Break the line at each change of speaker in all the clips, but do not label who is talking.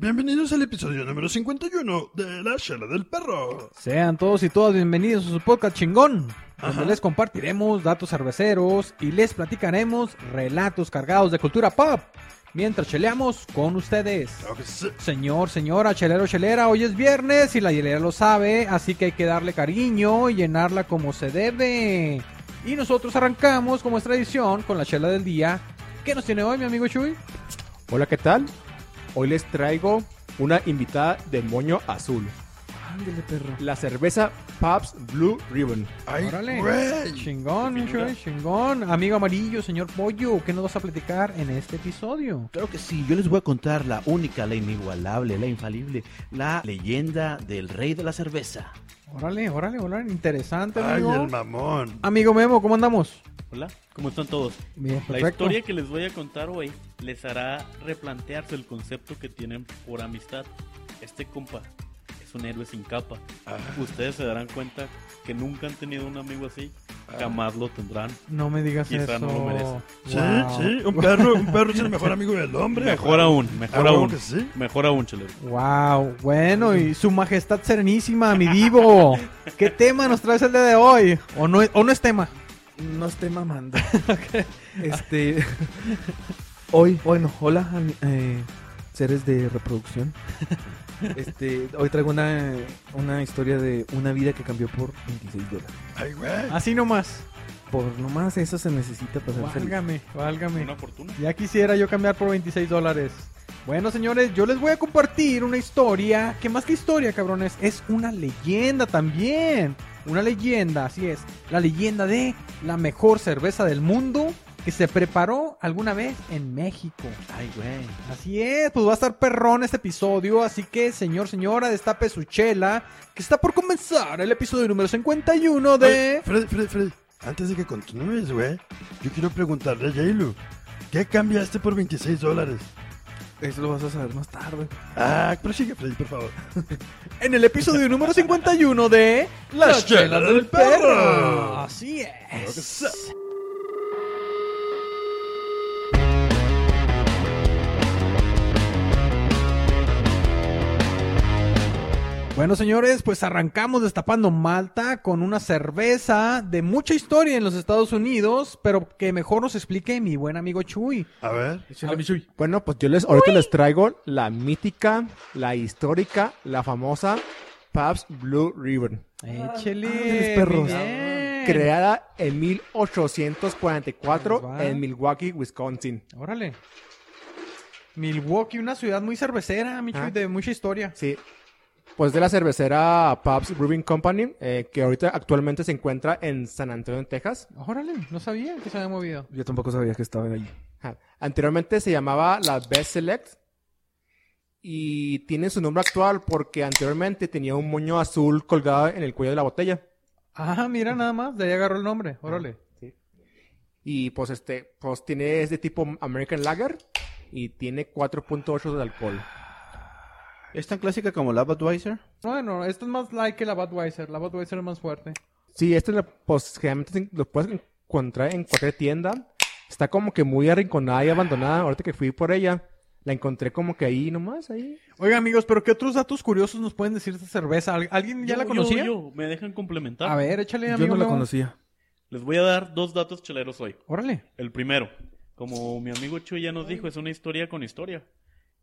Bienvenidos al episodio número 51 de La Chela del Perro.
Sean todos y todas bienvenidos a su podcast chingón,
Ajá.
donde les compartiremos datos cerveceros y les platicaremos relatos cargados de cultura pop, mientras cheleamos con ustedes.
Claro que sí.
Señor, señora, chelero, chelera, hoy es viernes y la hielera lo sabe, así que hay que darle cariño y llenarla como se debe. Y nosotros arrancamos, como es tradición, con la chela del día. ¿Qué nos tiene hoy, mi amigo Chuy?
Hola, ¿qué tal? Hoy les traigo una invitada de moño azul.
Ándale, perro.
La cerveza Pabst Blue Ribbon.
Ay,
Órale.
güey.
Chingón, mi
Figura.
Chuy, chingón. Amigo amarillo, señor pollo, ¿qué nos vas a platicar en este episodio?
Claro que sí, yo les voy a contar la única, la inigualable, la infalible, la leyenda del rey de la cerveza.
Órale, órale, órale, interesante,
Ay,
amigo.
el mamón.
Amigo Memo, ¿cómo andamos?
Hola, ¿cómo están todos?
Bien,
La
perfecto.
historia que les voy a contar hoy les hará replantearse el concepto que tienen por amistad. Este compa es un héroe sin capa.
Ah.
Ustedes se darán cuenta que nunca han tenido un amigo así,
Ah.
jamás lo tendrán.
No me digas
Quizá
eso.
no lo merece.
Sí,
Wow.
sí, un perro, un perro es el mejor amigo del hombre.
Mejor aún, mejor
Ah,
aún.
que sí.
Mejor aún, chelero.
Wow, bueno, y su majestad serenísima, mi divo. ¿Qué tema nos traes el día de hoy? ¿O no, es- o no es tema?
No esté mamando. Este. hoy, bueno, hola, am- eh, seres de reproducción. Este, hoy traigo una, una historia de una vida que cambió por 26 dólares.
Ay, güey.
Así nomás.
Por nomás eso se necesita para ser feliz.
Válgame, válgame.
Una fortuna.
Ya quisiera yo cambiar por 26 dólares. Bueno, señores, yo les voy a compartir una historia que más que historia, cabrones, es una leyenda también. Una leyenda, así es. La leyenda de la mejor cerveza del mundo que se preparó alguna vez en México.
Ay, güey.
Así es, pues va a estar perrón este episodio, así que señor, señora, destape su chela, que está por comenzar el episodio número 51 de...
Ay, Freddy, Freddy, Freddy. Antes de que continúes, güey, yo quiero preguntarle a Jailu. ¿Qué cambiaste por 26 dólares?
Eso lo vas a saber más tarde.
Ah, prosigue, Freddy, por favor.
En el episodio número 51 de...
Las chelas del perro.
Así es.
Claro que sí.
Bueno, señores, pues arrancamos destapando Malta con una cerveza de mucha historia en los Estados Unidos, pero que mejor nos explique mi buen amigo Chuy.
A ver.
Bueno, pues yo les ahorita les traigo la mítica, la histórica, la famosa Pabst Blue Ribbon,
Échele.
ándales, perros.
muy bien.
creada en 1844
Ahí va.
en Milwaukee, Wisconsin.
Órale. Milwaukee, una ciudad muy cervecera, mi Chuy,
Ah.
de mucha historia.
Sí. Pues de la cervecera Pabst Brewing Company, eh, que ahorita actualmente se encuentra en San Antonio, Texas.
Órale, no sabía que se había movido.
Yo tampoco sabía que estaba ahí.
Ajá. Anteriormente se llamaba la Best Select y tiene su nombre actual porque anteriormente tenía un moño azul colgado en el cuello de la botella.
Ah, mira nada más, de ahí agarró el nombre. Órale.
Y pues este, pues tiene es de tipo American Lager y tiene 4.8 de alcohol.
¿Es tan clásica como la Budweiser?
Bueno, esto es más light que la Budweiser. La Budweiser es más fuerte.
Sí, este lo, pues generalmente se- lo puedes encontrar en cualquier tienda. Está como que muy arrinconada y abandonada. Ahorita que fui por ella, la encontré como que ahí nomás, ahí.
Oiga, amigos, pero ¿qué otros datos curiosos nos pueden decir de esta cerveza? ¿Al- ¿Alguien ya
Yo,
la
yo,
conocía?
yo, me dejan complementar.
A ver, échale,
Yo
amigo.
no la
Memo.
conocía.
Les voy a dar dos datos cheleros hoy.
Órale.
El primero, como mi amigo Chuy ya nos dijo, es una historia con historia.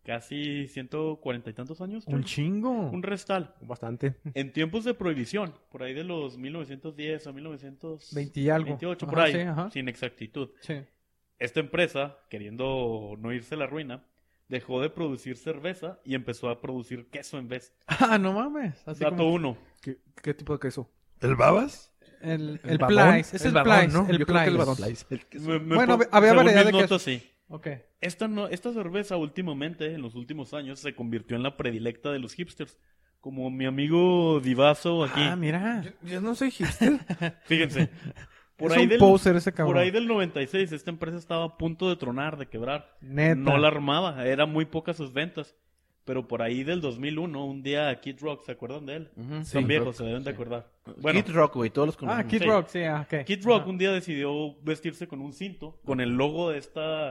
Casi 140 y tantos años.
Un
Chuy.
chingo.
Un restal.
Bastante.
En tiempos de prohibición, por ahí de los 1910 a 1928,
20 y algo.
por
Ajá,
ahí,
Sí, ajá.
sin exactitud.
Sí.
Esta empresa, queriendo no irse a la ruina, dejó de producir cerveza y empezó a producir queso en vez.
Ah, no mames. Así
Dato
como
uno.
¿Qué, qué tipo de queso?
¿El Babas?
el,
¿El
el
babón?
Plice. Es
El
el,
babón,
Plice.
¿no?
El
Yo creo que el
Plice.
babón.
Me- me
Bueno,
pon-
había
según
variedad
mis
de
notas,
queso.
sí.
Ok.
Esta, no, esta cerveza últimamente, en los últimos años, se convirtió en la predilecta de los hipsters. Como mi amigo Divazo aquí.
Ah, mira.
Yo no soy hipster.
Fíjense. Por
es
ahí
un
del-
poser ese cabrón.
por ahí del 96, esta empresa estaba a punto de tronar, de quebrar.
Neta. Ah,
No la armaba, eran muy pocas sus ventas. Pero por ahí del 2001, un día Kid Rock, ¿se acuerdan de él? Son
Sí.
viejos, se deben de acordar. Bueno,
Kid Rock, güey, todos los
Ah,
conocemos.
Kid
Sí.
Rock, sí, ah, ok.
Kid Rock
Ajá.
un día decidió vestirse con un cinto, con el logo de esta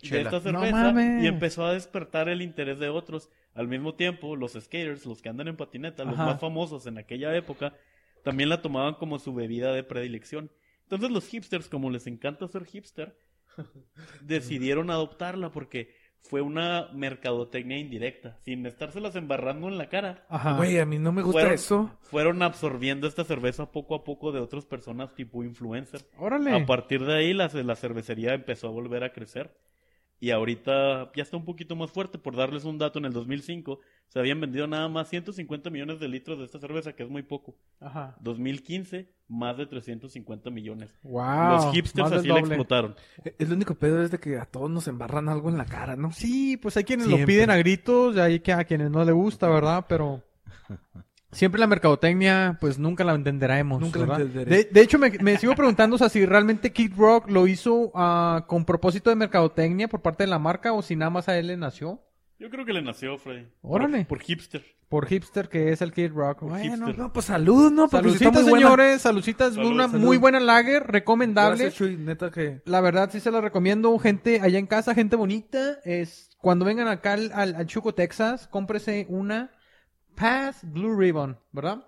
de
Chela.
esta
No
cerveza
mames.
y empezó a despertar el interés de otros. Al mismo tiempo, los skaters, los que andan en patineta, los
Ajá.
más famosos en aquella época, también la tomaban como su bebida de predilección. Entonces los hipsters, como les encanta ser hipster, decidieron adoptarla porque fue una mercadotecnia indirecta, sin estárselas embarrando en la cara.
Ajá.
Güey, a mí no me gusta
Fueron-
eso.
Fueron absorbiendo esta cerveza poco a poco de otras personas tipo influencer.
Órale.
A partir de ahí la, la cervecería empezó a volver a crecer y ahorita ya está un poquito más fuerte. Por darles un dato, en el 2005 se habían vendido nada más 150 millones de litros de esta cerveza, que es muy poco.
Ajá.
2015, más de 350 millones.
Wow.
Los hipsters así la explotaron.
El único pedo es de que a todos nos embarran algo en la cara, ¿no?
Sí, pues hay quienes lo
Siempre.
piden a gritos y hay que a quienes no le gusta, ¿verdad? Pero siempre la mercadotecnia, pues nunca la entenderemos.
Nunca la
¿verdad?
entenderé.
De, de hecho, me, me sigo preguntando o sea, si realmente Kid Rock lo hizo ah, con propósito de mercadotecnia por parte de la marca o si nada más a él le nació.
Yo creo que le nació, Freddy.
Órale.
Por, por hipster.
Por hipster que es el Kid Rock. Bueno,
hipster.
No, pues salud, ¿no? Porque sí está
Saludcita,
muy buena.
señores. Saludcita es
Salud,
una
salud.
muy buena lager, recomendable.
Gracias, Chuy, neta que...
La verdad, sí se la recomiendo. Gente allá en casa, gente bonita. Es cuando vengan acá al, al- al Chuco, Texas, cómprese una Pass Blue Ribbon, ¿verdad?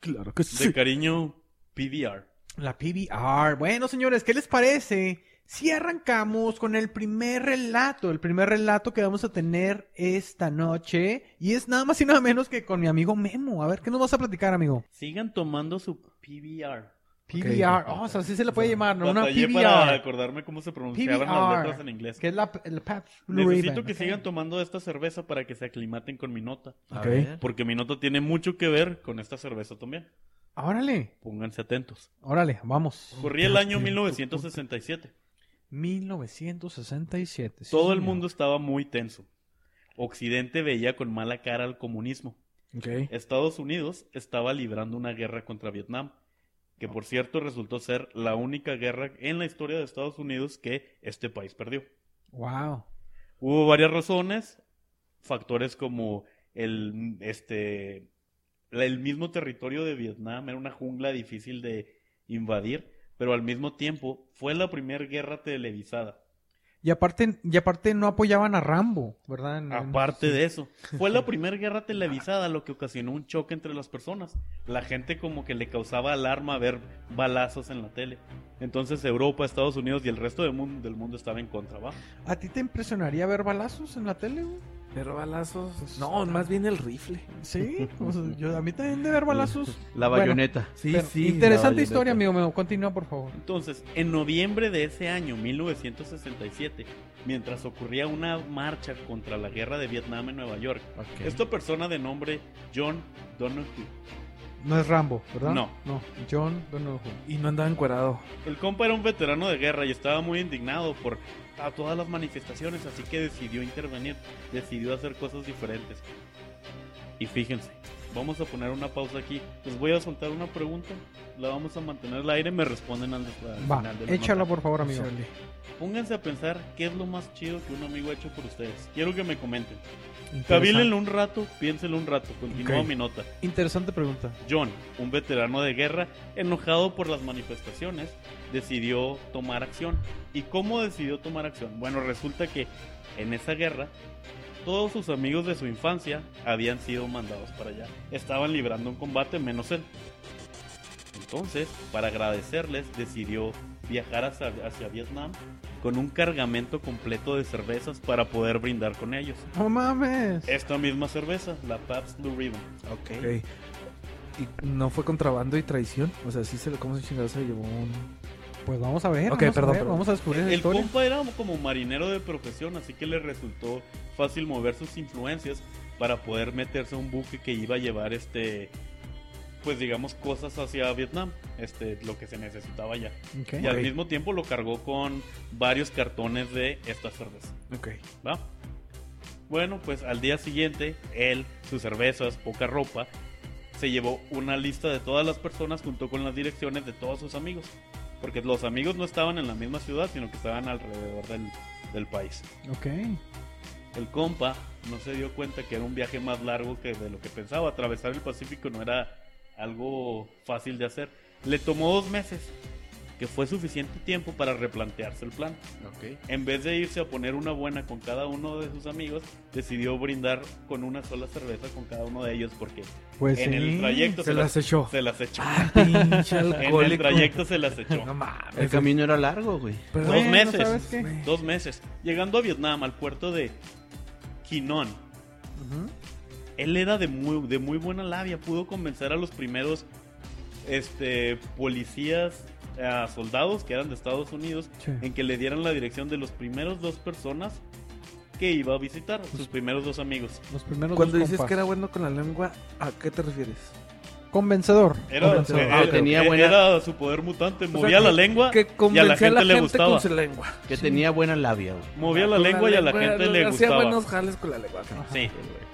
Claro que
De cariño, PBR.
La PBR. Bueno, señores, ¿qué les parece? Si arrancamos con el primer relato, el primer relato que vamos a tener esta noche. Y es nada más y nada menos que con mi amigo Memo. A ver, ¿qué nos vas a platicar, amigo?
Sigan tomando su PBR.
PBR. Oh, o sea, sí se le puede llamar, ¿no? Una
Batallé para
PBR.
acordarme cómo se pronunciaban las
PBR.
letras en inglés.
Que es la, el Pabst Blue
Necesito
Ribbon.
que
Ok.
sigan tomando esta cerveza para que se aclimaten con mi nota.
A
Ok.
Ah.
ver.
Porque mi nota tiene mucho que ver con esta cerveza también.
Órale,
Pónganse atentos.
órale, vamos.
Corría el año 1967.
1967. sí,
Todo el
señor.
mundo estaba muy tenso. Occidente veía con mala cara al comunismo.
Ok.
Estados Unidos estaba librando una guerra contra Vietnam, que por cierto resultó ser la única guerra en la historia de Estados Unidos que este país perdió.
Wow.
Hubo varias razones, factores como el este la- el mismo territorio de Vietnam era una jungla difícil de invadir, pero al mismo tiempo fue la primera guerra televisada.
Y aparte, y aparte no apoyaban a Rambo, ¿verdad? En- en-
Aparte de eso, fue la primera guerra televisada lo que ocasionó un choque entre las personas. La gente como que le causaba alarma ver balazos en la tele. Entonces Europa, Estados Unidos y el resto del mundo, del mundo estaba en contra. ¿va?
¿A ti te impresionaría ver balazos en la tele, güey?
Pero balazos... No, más bien el rifle.
Sí, o sea, yo, a mí también de ver balazos.
La
Bueno,
bayoneta.
Sí,
pero-
sí.
interesante
la
historia,
bayoneta.
amigo mío. Continúa, por favor.
Entonces, en noviembre de ese año, 1967, mientras ocurría una marcha contra la guerra de Vietnam en Nueva York,
Ok.
esta persona de nombre John Donoghue,
No es Rambo, ¿verdad?
No.
No, John Donoghue.
Y no andaba encuerado.
el compa era un veterano de guerra y estaba muy indignado por a todas las manifestaciones, así que decidió intervenir, decidió hacer cosas diferentes. Y fíjense, vamos a poner una pausa aquí. Les voy a soltar una pregunta, la vamos a mantener al aire, me responden al, al
Va,
final de la
échala,
nota.
por favor, amigo.
Pónganse a pensar qué es lo más chido que un amigo ha hecho por ustedes. Quiero que me comenten. Cabílenlo un rato, piénsenlo un rato. Continúa
Ok.
mi nota.
Interesante pregunta.
John, un veterano de guerra, enojado por las manifestaciones, decidió tomar acción. ¿Y cómo decidió tomar acción? Bueno, resulta que en esa guerra, todos sus amigos de su infancia habían sido mandados para allá. Estaban librando un combate menos él. Entonces, para agradecerles, decidió viajar hacia, hacia Vietnam con un cargamento completo de cervezas para poder brindar con ellos.
No mames.
Esta misma cerveza, la Pabst Blue Ribbon.
Ok. ¿Y no fue contrabando y traición? O sea, sí se lo... ¿Cómo se chingado se llevó un...?
Pues vamos a ver.
Ok,
vamos
perdón,
a ver,
perdón.
Vamos a descubrir la
El
historia.
compa era como marinero de profesión, así que le resultó fácil mover sus influencias para poder meterse a un buque que iba a llevar este pues digamos cosas hacia Vietnam, este lo que se necesitaba ya.
Ok.
Y al
Ok.
mismo tiempo lo cargó con varios cartones de esta cerveza,
Ok.
¿va? Bueno, pues al día siguiente él, sus cervezas, poca ropa, se llevó una lista de todas las personas junto con las direcciones de todos sus amigos. Porque los amigos no estaban en la misma ciudad, sino que estaban alrededor del, del país.
Ok.
El compa no se dio cuenta que era un viaje más largo que de lo que pensaba. Atravesar el Pacífico no era algo fácil de hacer. Le tomó dos meses. que fue suficiente tiempo para replantearse el plan.
Ok.
En vez de irse a poner una buena con cada uno de sus amigos, decidió brindar con una sola cerveza con cada uno de ellos porque
Pues
en el trayecto
Se las echó. Ah,
se las echó.
Pinche
En el trayecto se las echó.
No mames.
El camino era largo, güey.
Perdón.
Dos
Bueno,
meses.
¿sabes qué?
Dos meses. Llegando a Vietnam, al puerto de Quinón,
Ujú.
él era de muy, de muy buena labia. Pudo convencer a los primeros este, policías, eh, soldados que eran de Estados Unidos,
Sí.
en que le dieran la dirección de los primeros dos personas que iba a visitar, sus primeros dos amigos.
Los primeros
Cuando
dos
dices
compas.
que era bueno con la lengua, ¿a qué te refieres?
convencedor.
Era,
Convencedor.
era-
Ah, tenía
era-
buena-
era su poder mutante, movía la lengua
Que
Ah, y a la
convencía
gente le gustaba.
con su lengua.
Que tenía buena labia, güey.
Movía la
Con
lengua y a la gente le
Hacía
gustaba.
buenos jales con la lengua.
Sí.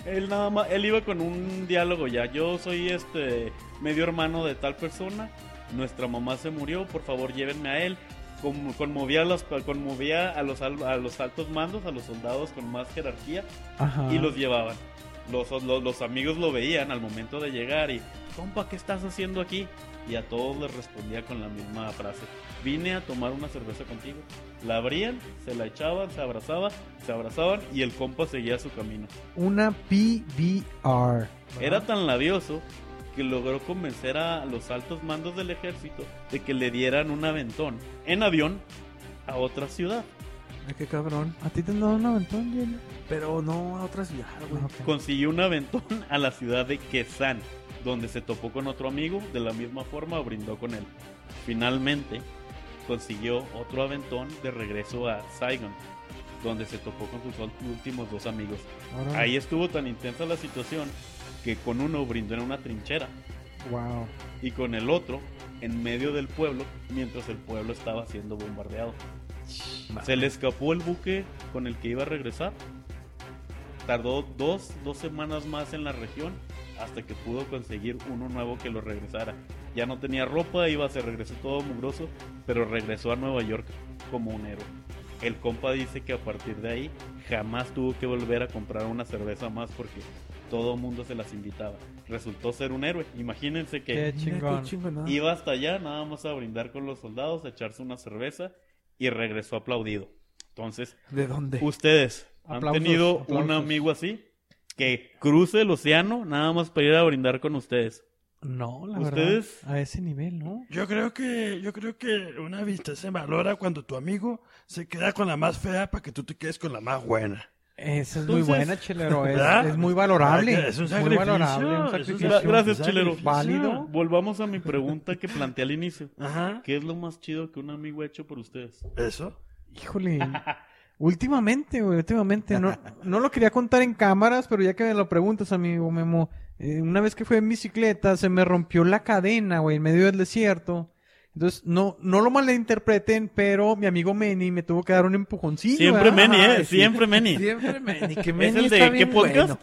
Él nada más, él iba con un diálogo ya. Yo soy este medio hermano de tal persona. Nuestra mamá se murió. Por favor, llévenme a él. Con- conmovía a los, conmovía a los, al- a los altos mandos, a los soldados con más jerarquía
Ajá.
y los llevaban. Los, los, los amigos lo veían al momento de llegar y, compa, ¿qué estás haciendo aquí? Y a todos les respondía con la misma frase. Vine a tomar una cerveza contigo. La abrían, se la echaban, se abrazaba, se abrazaban y el compa seguía su camino.
Una PBR.
Era tan labioso que logró convencer a los altos mandos del ejército de que le dieran un aventón en avión a otra ciudad.
Ay, qué cabrón.
¿A ti te han dado un aventón, Diana?
Pero no a otra ciudad, güey.
Ah, ok.
Consiguió un aventón a la ciudad de Quezán, donde se topó con otro amigo, de la misma forma brindó con él. Finalmente, consiguió otro aventón de regreso a Saigon, donde se topó con sus últimos dos amigos.
Ahora-
Ahí estuvo tan intensa la situación que con uno brindó en una trinchera.
Wow.
y con el otro en medio del pueblo mientras el pueblo estaba siendo bombardeado. Se le escapó el buque con el que iba a regresar. Tardó dos, dos semanas más en la región hasta que pudo conseguir uno nuevo que lo regresara. Ya no tenía ropa, iba, se regresó todo mugroso, pero regresó a Nueva York como un héroe. El compa dice que a partir de ahí jamás tuvo que volver a comprar una cerveza más porque todo mundo se las invitaba. Resultó ser un héroe. Imagínense que
Qué
Mira,
chingón.
qué chingonada.
Iba hasta allá nada más a brindar con los soldados, a echarse una cerveza y regresó aplaudido. Entonces,
¿De dónde?
ustedes han
Aplausos,
tenido un
aplausos.
amigo así que cruce el océano nada más para ir a brindar con ustedes.
No, la
¿Ustedes?
verdad. A ese nivel, ¿no?
Yo creo que, yo creo que una amistad se valora cuando tu amigo se queda con la más fea para que tú te quedes con la más buena.
Esa es muy
Entonces-
buena, chelero. Es,
¿Verdad?
es muy valorable.
Es un
Muy
sacrificio.
valorable, un
es un
sacrificio.
Gra- gracias,
un
chilero.
sacrificio.
Válido.
Volvamos a mi pregunta que planteé al inicio.
Ajá.
¿Qué es lo más chido que un amigo ha hecho por ustedes?
Eso.
Híjole. Últimamente, güey, últimamente. No, no lo quería contar en cámaras, pero ya que me lo preguntas, amigo Memo. eh, una vez que fui en bicicleta, se me rompió la cadena, güey, en medio del desierto. Entonces, no, no lo malinterpreten, pero mi amigo Meni me tuvo que dar un empujoncillo.
Siempre
¿verdad?
Meni,
Ay,
¿eh?
sí.
Siempre Meni.
Siempre Meni, que
¿Es
Meni
el de qué
está bien
podcast?
bueno.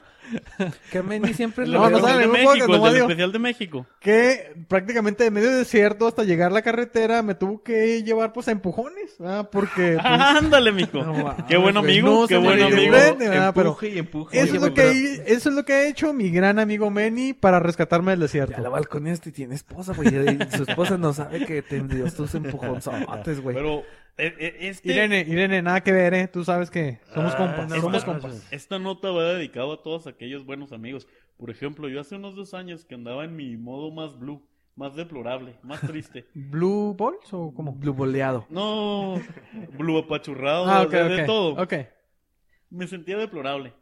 Que Meni siempre
El
lo
No,
especial
veo.
no sabe.
de
no
México,
puedo,
el
no
del
digo.
especial de México.
que prácticamente de medio desierto hasta llegar a la carretera me tuvo que llevar pues a empujones, ¿verdad? porque pues,
Ándale, mijo.
No, mames,
qué buen
güey,
amigo,
no
Ah, qué
se me
buen
olvide,
amigo.
güey. ¿verdad? Pero-
Empuje y empuje.
eso,
Oye,
es lo que,
pero-
he- eso es lo que ha hecho mi gran amigo Meni para rescatarme del
Ya la
desierto.
balconeaste y tiene esposa, güey. Y Su esposa no sabe que te dio tus empujonzotes, güey.
Pero eh, eh, este...
Irene, Irene, nada que ver, ¿eh? Tú sabes que somos
Ah,
compas,
no
somos
mames.
compas.
Esta nota va dedicada a todos aquellos buenos amigos. Por ejemplo, yo hace unos dos años que andaba en mi modo más blue, más deplorable, más triste.
¿Blue Balls o cómo?
Blue boleado.
No, blue apachurrado,
Ah, ok,
de, de
ok.
todo.
Ok.
Me sentía deplorable.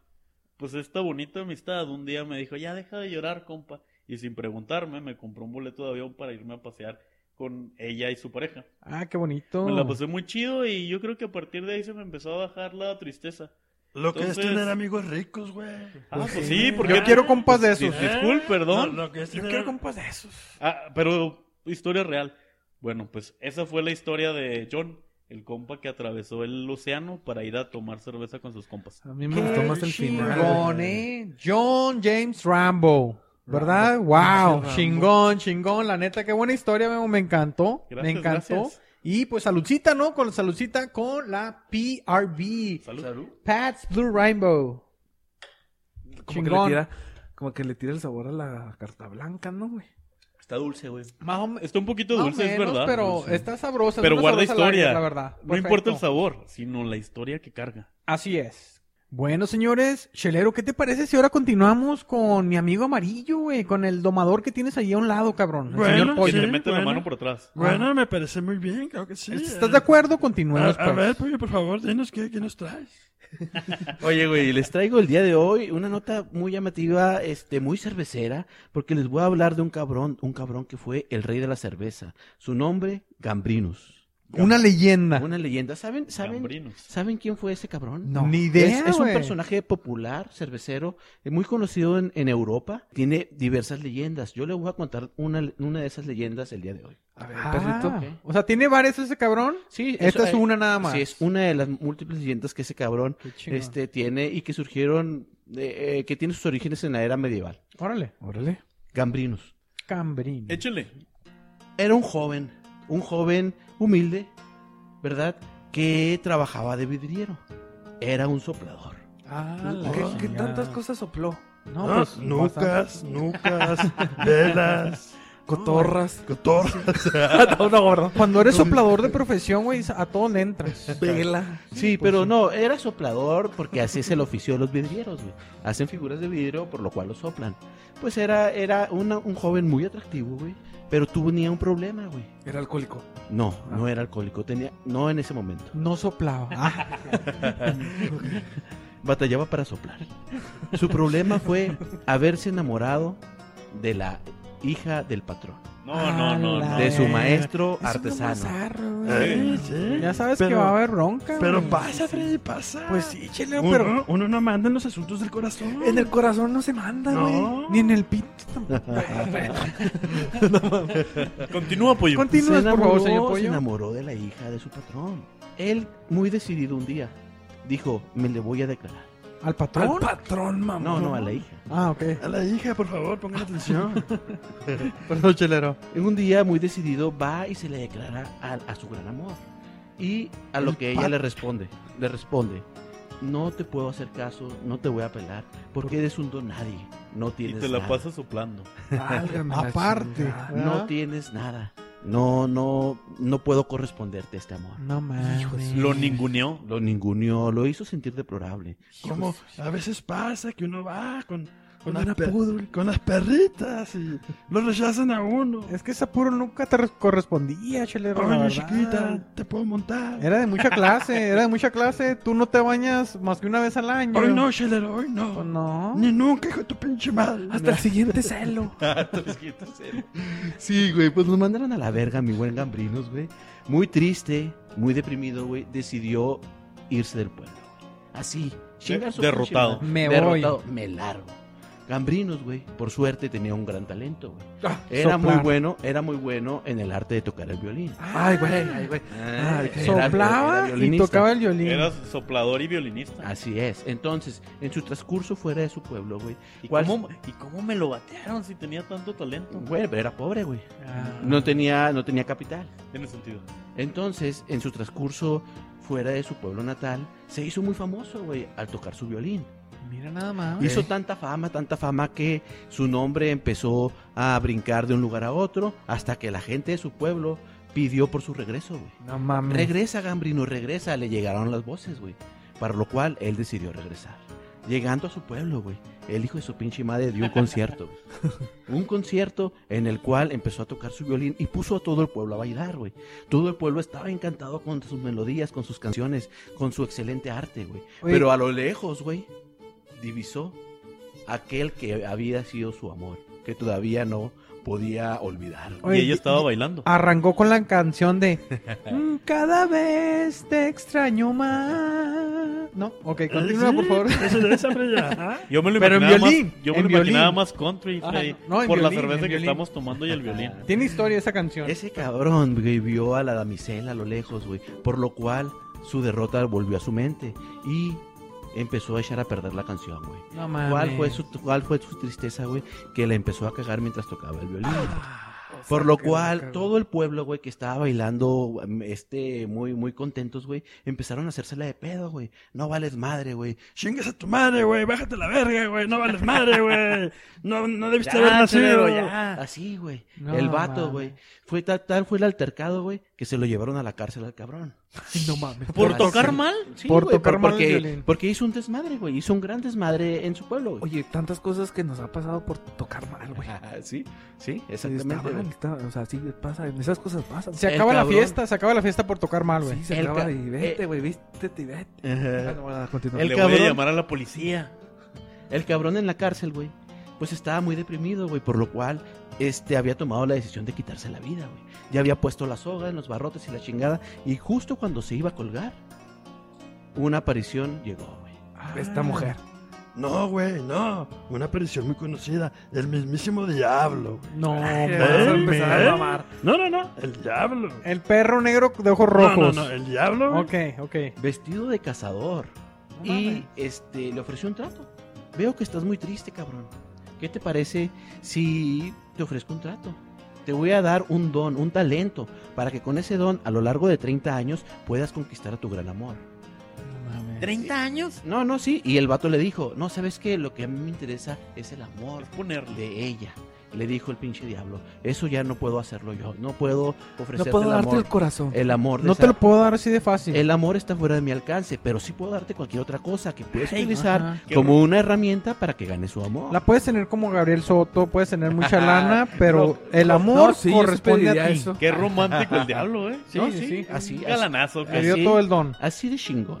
Pues esta bonita amistad un día me dijo, ya deja de llorar, compa. Y sin preguntarme, me compró un boleto de avión para irme a pasear con ella y su pareja.
Ah, qué bonito.
Me la pasé muy chido y yo creo que a partir de ahí se me empezó a bajar la tristeza.
Lo que
Entonces-
es tener amigos ricos, güey.
Ah, pues sí, porque... pues,
Yo quiero compas de
Dis-
esos.
Disculpe, perdón.
No, lo que es
Yo
tener-
quiero compas de esos.
Ah, pero historia real. Bueno, pues esa fue la historia de John, el compa que atravesó el océano para ir a tomar cerveza con sus compas.
A mí me
Qué
gustó más el final.
chingón, ¿eh? John James Rambo. ¿Verdad? Wow,
Rambo.
chingón, chingón, la neta, qué buena historia, Memo, me encantó,
Gracias,
me encantó.
gracias.
Y pues saludcita, ¿no? Con saludcita con la PRB,
Salud.
Pat's Blue Rainbow.
Como que, le
Chingón.
tira, como que le tira el sabor a la carta blanca, ¿no, güey?
Está dulce, güey.
Más o, me-
Está un poquito
más o
dulce, es
menos,
verdad.
pero
Sí.
está sabrosa. es
Pero
una
guarda
sabrosa al aire,
historia.
la verdad.
No importa el
Perfecto.
sabor, sino la historia que carga.
Así es. Bueno, señores, Chelero, ¿qué te parece si ahora continuamos con mi amigo amarillo, güey? Con el domador que tienes ahí a un lado, cabrón. el
Bueno,
señor
Que
Pollo.
le
Sí,
meten la
bueno.
mano por atrás.
Bueno, me parece muy bien, claro que sí.
ah.
eh.
¿Estás de acuerdo?
A,
Continuemos,
a
pues.
ver, Pollo, por favor, dinos qué, qué nos traes.
Oye, güey, les traigo el día de hoy una nota muy llamativa, este, muy cervecera, porque les voy a hablar de un cabrón, un cabrón que fue el rey de la cerveza. Su nombre, Gambrinus.
Una leyenda.
Una leyenda. ¿Saben, saben,
Gambrinos.
¿Saben quién fue ese cabrón?
No. Ni idea,
Es, es un
güey.
personaje popular, cervecero, eh, muy conocido en, en Europa. Tiene diversas leyendas. Yo le voy a contar una, una de esas leyendas el día de hoy.
A ver,
Ah,
perrito.
O sea, ¿tiene varias ese cabrón?
Sí,
Esta
eso,
es
eh,
una nada más.
Sí, es una de las múltiples leyendas que ese cabrón
Qué chingón.
este, tiene y que surgieron, eh, eh, que tiene sus orígenes en la era medieval.
Órale.
Órale.
Gambrinus.
Cambrín.
Eh,
Échale.
Era un joven, un joven humilde, ¿verdad? Que trabajaba de vidriero. Era un soplador.
Ah, la
¿Qué, qué
chingada.
tantas cosas sopló?
No,
Ah,
pues, bastante.
nucas, nucas, velas,
Cotorras.
cotorras.
no, no, gordo.
Cuando eres soplador de profesión, güey, a todo le entras.
Vela.
Sí, pero no, era soplador porque así es el oficio de los vidrieros, güey. Hacen figuras de vidrio, por lo cual lo soplan. Pues era, era una- un joven muy atractivo, güey. Pero tenía un problema, güey.
Era alcohólico.
No, no era alcohólico, tenía, no en ese momento.
No soplaba. Ah,
Batallaba para soplar. Su problema fue haberse enamorado de la hija del patrón,
No, no, no, no.
Ala.
de su maestro
Es un
artesano.
mazarro, güey.
Sí, sí.
ya sabes que
Pero-
va a haber ronca.
Pero
güey.
pasa, Freddy, pasa.
Pues sí, Chelero,
uno,
pero
uno no manda en los asuntos del corazón.
En el corazón no se manda,
No.
güey.
ni en el pito.
Continúa, pollo.
Se
Continúas, por
enamoró,
favor, señor
se
Pollo.
enamoró de la hija de su patrón. Él, muy decidido un día, dijo, me le voy a declarar.
¿Al patrón?
Al patrón, mamá.
No, no, a la hija.
Ah, ok.
A la hija, por favor, pongan atención.
Perdón, Chelero.
En un día muy decidido va y se le declara a, a su gran amor. Y a lo que ella le responde, le responde, no te puedo hacer caso, no te voy a apelar, porque eres un don nadie, no
Y
tienes
te la
nada,
pasas soplando.
Válgame la
Aparte.
chingada.
no tienes nada, no, no, no puedo corresponderte a este amor.
No mames.
Hijo de su-
Lo ninguneó.
Lo ninguneó, lo hizo sentir deplorable.
Como a veces pasa que uno va con, con,
Con
las,
una
per- con las perritas y lo rechazan a uno.
Es que ese apuro nunca te re- correspondía, Chelero. la
Oye,
verdad.
chiquita, te puedo montar.
Era de mucha clase, era de mucha clase. Tú no te bañas más que una vez al año.
Hoy no, Chelero, hoy
Oh,
no.
no.
Ni nunca, hijo de tu pinche madre.
Hasta el siguiente celo.
Sí, güey, pues nos mandaron a la verga, mi buen Gambrinos, güey. Muy triste, muy deprimido, güey. Decidió irse del pueblo. Así, chingar su
derrotado.
pinche madre.
Me
derrotado, me largo. Gambrinos, güey, por suerte tenía un gran talento, güey. Era
Ah, soplar. Ah,
muy bueno, era muy bueno en el arte de tocar el violín.
Ay, güey, ay, güey.
Ah, era- era
Soplaba y
violinista.
tocaba el violín.
Eras soplador y violinista.
Así es. Entonces, en su transcurso fuera de su pueblo, güey.
¿Y
¿cuál-
cómo, ¿Y cómo me lo batearon si tenía tanto talento?
Güey, pero era pobre, güey.
Ah.
No tenía, no tenía capital.
Tiene sentido.
Entonces, en su transcurso fuera de su pueblo natal, se hizo muy famoso, güey, al tocar su violín.
Mira nada más.
Hizo tanta fama, tanta fama que su nombre empezó a brincar de un lugar a otro hasta que la gente de su pueblo pidió por su regreso, güey.
No
Mm.
mames.
Regresa, Gambrino, regresa, le llegaron las voces, güey. Para lo cual él decidió regresar. Llegando a su pueblo, güey, el hijo de su pinche madre dio un concierto. güey. un concierto en el cual empezó a tocar su violín y puso a todo el pueblo a bailar, güey. Todo el pueblo estaba encantado con sus melodías, con sus canciones, con su excelente arte, güey.
Oye.
Pero a lo lejos, güey, divisó aquel que había sido su amor, que todavía no podía olvidar.
Oye,
güey.
y ella
y- Ah,
estaba bailando.
Arrancó con la canción de "Mm, Cada vez te extraño más. No, ok, continúa
Sí,
por favor.
Eso le ves, hombre, ya. Ajá.
Yo me lo
Pero en
imaginaba,
violín,
más, yo me
en
lo imaginaba
violín.
más country,
Ajá,
Freddy,
no, en
por la
violín,
cerveza
en
que
violín.
estamos tomando y el violín.
Tiene historia esa canción.
Ese cabrón, güey, vio a la damisela a lo lejos, güey. Por lo cual, su derrota volvió a su mente. Y empezó a echar a perder la canción, güey.
No mames.
¿Cuál fue, su, ¿Cuál fue su tristeza, güey? Que la empezó a cagar mientras tocaba el violín. Por lo cual, todo el pueblo, güey, que estaba bailando, mm, este, muy, muy contentos, güey, empezaron a hacérsela de pedo, güey. No vales madre, güey.
Chingas a tu madre, güey. Bájate la verga, güey. No vales madre, güey. No, no debiste haber nacido.
culero, ya. Así, güey.
No,
el vato,
mames.
güey. Fue tal, tal fue el altercado, güey, que se lo llevaron a la cárcel al cabrón.
No mames.
¿Por
Ah,
tocar
sí.
mal?
Sí,
Por
güey,
tocar mal el
porque,
violín.
porque hizo un desmadre, güey. Hizo un gran desmadre en su pueblo, güey.
Oye, tantas cosas que nos ha pasado por tocar mal, güey.
sí, sí,
Está
exactamente.
mal,
güey.
está- o sea, sí pasa, esas cosas pasan.
Se
El
acaba la
cabrón.
fiesta, se acaba la fiesta por tocar mal, güey.
Sí, se
el
acaba
ca-
y vete,
eh,
güey, vístete y vete. Ah,
Ajá.
no, bueno, continúa.
El
Le voy
cabrón.
a llamar a la policía.
El cabrón en la cárcel, güey, pues estaba muy deprimido, güey, por lo cual este había tomado la decisión de quitarse la vida, güey. Ya había puesto la soga en los barrotes y la chingada y justo cuando se iba a colgar una aparición llegó, güey.
Ah,
Esta mujer.
No, güey, no. Una aparición muy conocida. El mismísimo diablo. güey.
No,
Vas
vas
a
a
mames.
empezar
empezar
a
a
mamar.
No, no, no. El diablo.
El perro negro de ojos rojos.
No, no, no. El diablo. güey.
Ok, ok.
Vestido de cazador y este le ofreció un trato. Veo que estás muy triste, cabrón. ¿Qué te parece si te ofrezco un trato? Te voy a dar un don, un talento, para que con ese don a lo largo de 30 años puedas conquistar a tu gran amor.
¿30 años?
No, no, sí. Y el vato le dijo, no, ¿sabes qué? Lo que a mí me interesa es el amor
Por ponerle.
de ella. Le dijo el pinche diablo, eso ya no puedo hacerlo yo. No puedo
No
ofrecerte
puedo
el
darte
amor. Eh,
el corazón.
El amor de
No
esa-
te lo puedo dar así de fácil.
El amor está fuera de mi alcance, pero sí puedo darte cualquier otra cosa que puedes
Ay,
utilizar
Ajá.
Qué
como una herramienta para que gane su amor.
La puedes tener como Gabriel Soto, puedes tener mucha lana, pero el amor
No, sí, yo sí
corresponde a
pediría
ti.
eso.
Qué romántico el diablo, ¿eh?
Sí,
No,
sí, sí.
Así, así-
Galanazo,
Le
casi.
dio
Así.
todo el don.
Así de chingón.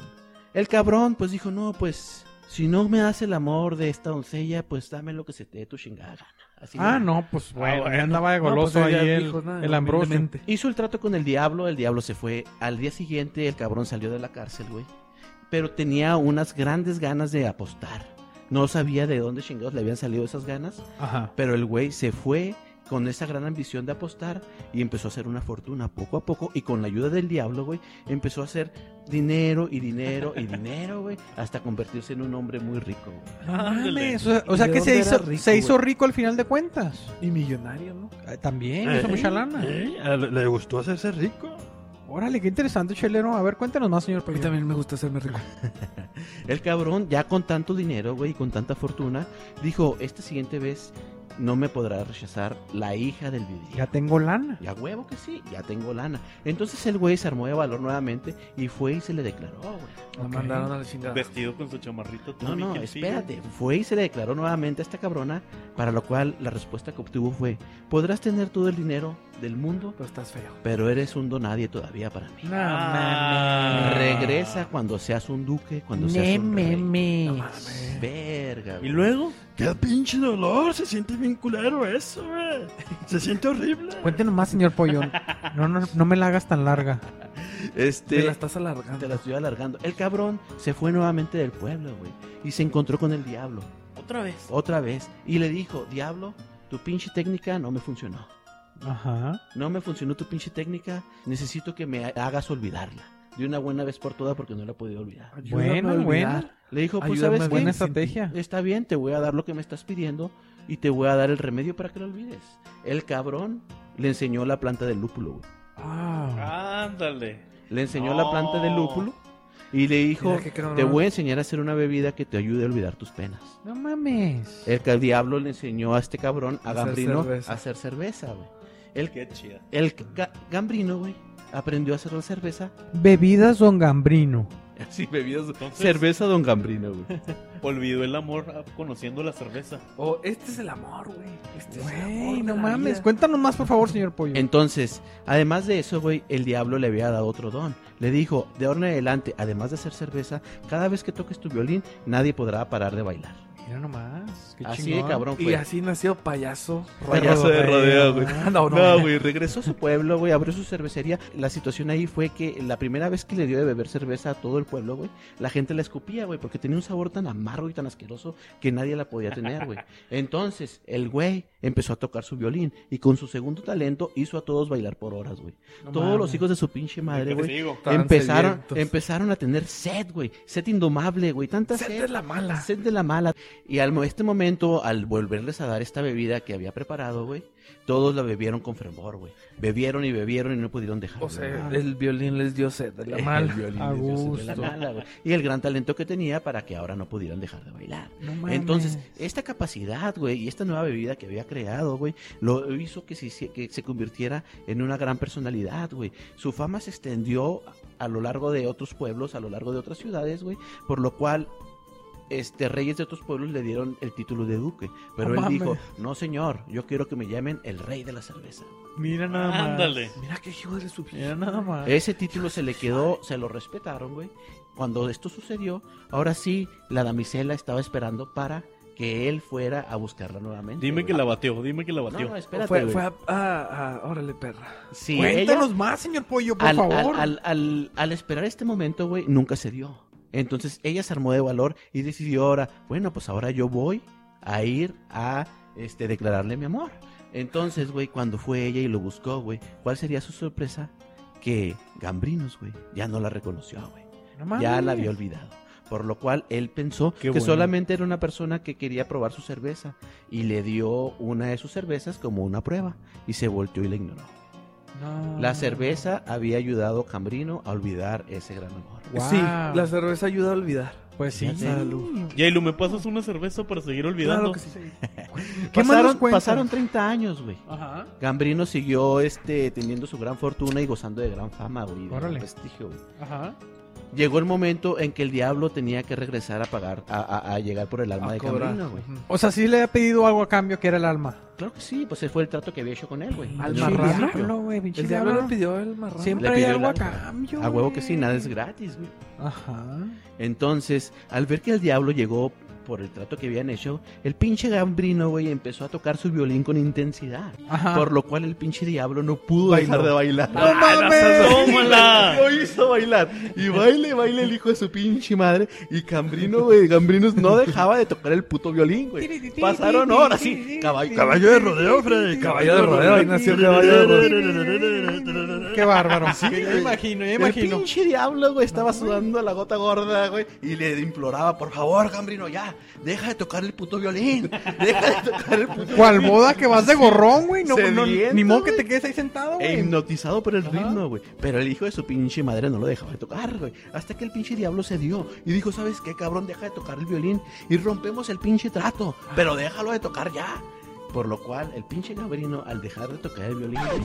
El cabrón, pues dijo, no, pues, si no me das el amor de esta doncella, pues dame lo que se te dé tu chingada gana. Así
Ah,
de-
no, pues bueno,
bueno.
ya andaba de
No, pues,
goloso ahí
ella
el,
dijo, nada,
el Ambrosio.
humildemente.
Hizo el trato con el diablo, el diablo se fue. Al día siguiente el cabrón salió de la cárcel, güey. Pero tenía unas grandes ganas de apostar. No sabía de dónde chingados le habían salido esas ganas.
Ajá.
Pero el güey se fue con esa gran ambición de apostar y empezó a hacer una fortuna poco a poco. Y con la ayuda del diablo, güey, empezó a hacer dinero y dinero y dinero, güey. Hasta convertirse en un hombre muy rico, güey.
Ándale.
Mames, o sea, o sea
¿Y de
que se
dónde era
hizo,
rico,
se hizo
güey?
rico al final de cuentas.
Y millonario, ¿no?
Eh, También,
Eh,
hizo mucha lana.
eh, a- Le gustó hacerse rico.
Órale, qué interesante, Chelero. A ver, cuéntanos más, señor
A mí
Peña.
también me gusta hacerme rico.
El cabrón, ya con tanto dinero, güey, y con tanta fortuna, dijo, esta siguiente vez no me podrá rechazar la hija del
Ya
vidrio.
tengo lana.
Ya huevo que sí, ya tengo lana. Entonces el güey se armó de valor nuevamente y fue y se le declaró, güey.
Me
Ok.
mandaron a la chingada.
Vestido con su chamarrito.
No,
Tommy
no,
Hilfiger.
espérate. Fue y se le declaró nuevamente a esta cabrona, para lo cual la respuesta que obtuvo fue, podrás tener todo el dinero del mundo,
Pero estás feo.
pero eres un donadie todavía para mí.
No
Ah.
Regresa cuando seas un duque, cuando
mames.
seas un
Ne,
rey.
mames.
Mames.
Verga,
¿Y
güey.
luego?
Qué pinche dolor. Se siente bien culero eso, güey. Se siente horrible.
Cuéntenos más, señor Pollón. No, no, no me la hagas tan larga.
Este...
Te la estás
Te
alargando.
la estoy alargando. El cabrón se fue nuevamente del pueblo, güey. Y se encontró con el diablo.
Otra vez.
Otra vez. Y le dijo, diablo, tu pinche técnica no me funcionó.
Ajá.
No me funcionó tu pinche técnica. Necesito que me hagas olvidarla. De una buena vez por todas porque no la he podido olvidar.
Ayúdame a
Bueno,
olvidar.
bueno.
Le dijo, pues
Ayúdame,
sabes qué?
Buena
Sí,
estrategia.
Está bien, te voy a dar lo que me estás pidiendo y te voy a dar el remedio para que lo olvides. El cabrón le enseñó la planta del lúpulo, güey.
Ah.
Ándale.
Le enseñó
No.
la planta del lúpulo y le dijo,
Mira qué cabrón.
te voy a enseñar a hacer una bebida que te ayude a olvidar tus penas.
No mames.
El que el diablo le enseñó a este cabrón, a
Hacer
Gambrino,
cerveza.
a hacer cerveza, güey. El,
Qué chida.
el Ga- Gambrino, güey, aprendió a hacer la cerveza.
Bebidas Don Gambrino.
Así, bebidas.
Entonces-
cerveza Don Gambrino, güey.
Olvidó el amor ah, conociendo la cerveza.
Oh, este es el amor, güey. Este es el amor.
Güey,
de
no
la
mames.
vida.
Cuéntanos más, por favor, señor Pollo.
Entonces, además de eso, güey, el diablo le había dado otro don. Le dijo, de ahora en adelante, además de hacer cerveza, cada vez que toques tu violín, nadie podrá parar de bailar.
Mira nomás. Qué
Así
chingón.
de cabrón
Y
fue.
así nació payaso.
Payaso de rodeo, güey.
Ah, No, no,
No,
no.
güey, regresó a su pueblo, güey, abrió su cervecería. La situación ahí fue que la primera vez que le dio de beber cerveza a todo el pueblo, güey, la gente la escupía, güey, porque tenía un sabor tan amargo y tan asqueroso que nadie la podía tener, güey. Entonces, el güey empezó a tocar su violín y con su segundo talento hizo a todos bailar por horas, güey. todos los hijos de su pinche madre,
¿Qué te
güey.
digo?
Estaban
Empezaron,
sedientos.
empezaron a tener sed, güey. Sed indomable, güey. Tanta sed.
Sed de la mala.
Sed de la mala. Y al mo- este momento, al volverles a dar esta bebida que había preparado, güey, todos la bebieron con fervor, güey. Bebieron y bebieron y no pudieron dejar.
O sea,
Ah.
el violín les dio sed de la
El
mala.
violín
A
de Dios es de la
gusto.
mala, güey. Y el gran talento que tenía para que ahora no pudieran dejar de bailar.
No mames.
Entonces, esta capacidad, güey, y esta nueva bebida que había creado, güey, lo hizo que se, hici- que se convirtiera en una gran personalidad, güey. Su fama se extendió a lo largo de otros pueblos, a lo largo de otras ciudades, güey, por lo cual este reyes de otros pueblos le dieron el título de duque, pero
No
él
mames.
dijo, "No, señor, yo quiero que me llamen el rey de la cerveza."
Mira nada más.
Ándale.
Mira qué hijo de su
Mira nada más.
Eh,
Ese título se le quedó, se lo respetaron, güey. Cuando esto sucedió, ahora sí, la damisela estaba esperando para que él fuera a buscarla nuevamente.
Dime
güey.
que la bateó, dime que la
No,
bateó.
no, espérate,
fue,
Este, güey.
fue a, ah, ah, órale, perra.
Sí,
Cuéntanos
ella,
más, señor Pollo, por
al,
favor.
al- al- al- al esperar este momento, güey, nunca se dio. Entonces ella se armó de valor y decidió ahora, bueno, pues ahora yo voy a ir a este, declararle mi amor. Entonces, güey, cuando fue ella y lo buscó, güey, ¿cuál sería su sorpresa? Que Gambrinos, güey, ya no la reconoció, güey.
No mames.
ya la había olvidado. Por lo cual él pensó
Qué
que
bueno.
solamente era una persona que quería probar su cerveza y le dio una de sus cervezas como una prueba y se volteó y la ignoró.
No.
La cerveza había ayudado a Cambrino a olvidar ese gran amor.
Guau.
Sí, la cerveza ayuda a olvidar.
Pues sí.
Fíjate.
Salud.
Yailu, ¿me pasas una cerveza para seguir olvidando?
Claro que sí.
¿Qué más nos
pasaron,
cuentas?
pasaron 30 años, güey.
Ajá.
Gambrino siguió este, teniendo su gran fortuna y gozando de gran fama, güey, y de gran
Órale.
prestigio, güey.
Ajá.
Llegó el momento en que el diablo tenía que regresar a pagar, a, a- a llegar por el alma
A
de
cobrar.
Cambrino, güey.
O sea, sí le ha pedido algo a cambio que era el alma.
Claro que sí, pues ese fue el trato que había hecho con él, güey.
Al
Desde un
marrano.
principio.
güey. pinche
El diablo
diablo.
le pidió el marrón.
Siempre
Le
hay
pidió
algo a
el alma.
cambio.
A huevo que
güey.
sí, nada es gratis, güey.
Ajá.
Entonces, al ver que el diablo llegó por el trato que habían hecho, el pinche gambrino, güey, empezó a tocar su violín con intensidad.
Ajá.
Por lo cual el pinche diablo no pudo dejar Ah. de bailar. Ah,
¡No mames!
Ah, ¡Tómala!
Lo hizo bailar. Y baile, baile el hijo de su pinche madre. Y Cambrino, güey, Cambrinos no dejaba de tocar el puto violín, güey. Pasaron horas, sí. Caballo,
Caballo de rodeo, Freddy.
Caballo de rodeo, ahí nació el caballo de
rodeo.
Qué bárbaro. ya imagino, ya
El
imagino.
pinche diablo, güey, estaba sudando a la gota gorda, güey, y le imploraba, por favor, Gambrino, ya, deja de tocar el puto violín, deja de tocar el puto
¿Cuál boda que vas de gorrón, güey? No, no,
Sediento,
ni modo que
güey.
te quedes ahí sentado,
E
güey.
hipnotizado por el ritmo, güey. Pero el hijo de su pinche madre no lo dejaba de tocar, güey. Hasta que el pinche diablo se dio y dijo, ¿sabes qué, cabrón? Deja de tocar el violín y rompemos el pinche trato, pero déjalo de tocar ya. Por lo cual, el pinche Gambrino, al dejar de tocar el violín, güey,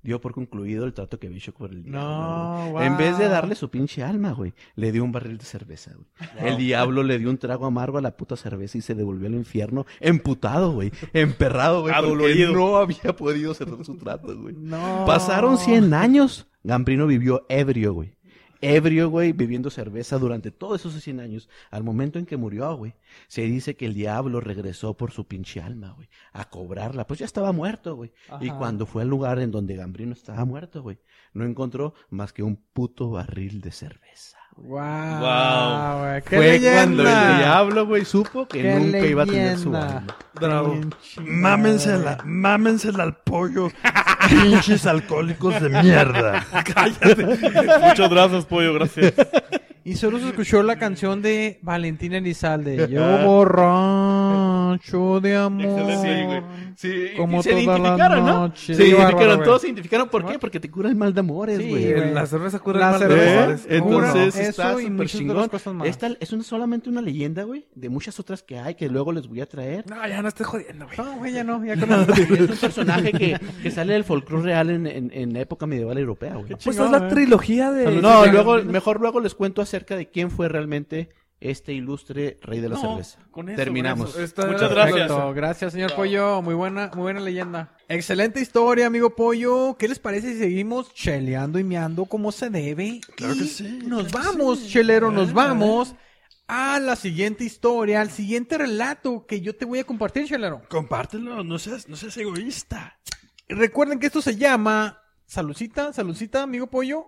dio por concluido el trato que había hecho por el diablo. güey.
No, güey.
En vez de darle su pinche alma, güey, le dio un barril de cerveza, güey. El diablo le dio un trago amargo a la puta cerveza y se devolvió al infierno emputado, güey. Emperrado, güey. Porque
Adolorido.
él no había podido cerrar su trato, güey.
No. Oh.
Pasaron 100 años. Gambrino vivió ebrio, güey. Ebrio, güey, bebiendo cerveza durante todos esos 100 años. Al momento en que murió, güey, se dice que el diablo regresó por su pinche alma, güey, a cobrarla. Pues ya estaba muerto, güey. Y
Ajá.
cuando fue al lugar en donde Gambrino estaba muerto, güey, no encontró más que un puto barril de cerveza.
Wow.
Guau.
güey. ¡Qué
fue
leyenda!
cuando el diablo, güey, supo que
¡Qué
nunca iba a tener su
leyenda!
alma.
Bravo.
Bien chingado,
Mámensela, mámensela al pollo. Pinches alcohólicos de mierda.
Muchas gracias, pollo, gracias.
güey. Y solo se escuchó la canción de Valentina Elizalde. Yo borracho de
Excelente, güey.
amor.
Sí,
Como
y se
toda la
identificaron, ¿no?
noche.
Se
Sí, bárbaro,
identificaron,
güey.
todos se identificaron. ¿Por
Ajá.
qué? Porque te cura el mal de amores,
Sí,
güey.
güey.
El- La cerveza cura
La
el mal de
cerveza.
amores.
¿Eh?
¿Cómo
Entonces
no?
está
Eso y
súper
muchas
chingón.
otras cosas más.
Esta es una- solamente una leyenda, güey, de muchas otras que hay que luego les voy a traer.
no? No, ya no estés jodiendo, güey.
No, güey, ya no. Ya conozco.
Es un personaje que, que sale del folclore real en, en, en la época medieval europea, güey.
Pues
chingón,
es la
eh.
trilogía de...
No,
de-
luego, mejor luego les cuento acerca de quién fue realmente este ilustre rey de la
No,
cerveza.
con eso,
Terminamos.
con eso.
Esta-
Muchas gracias.
Perfecto. Gracias, señor Pollo. Muy buena, muy buena leyenda. Excelente historia, amigo Pollo. ¿Qué les parece si seguimos cheleando y meando como se debe?
Claro
Y
que sí,
Nos vamos, chelero, nos vamos a la siguiente historia, al siguiente relato que yo te voy a compartir, chelero.
Compártelo, no seas, no seas egoísta.
Recuerden que esto se llama Salucita, Salucita, amigo Pollo.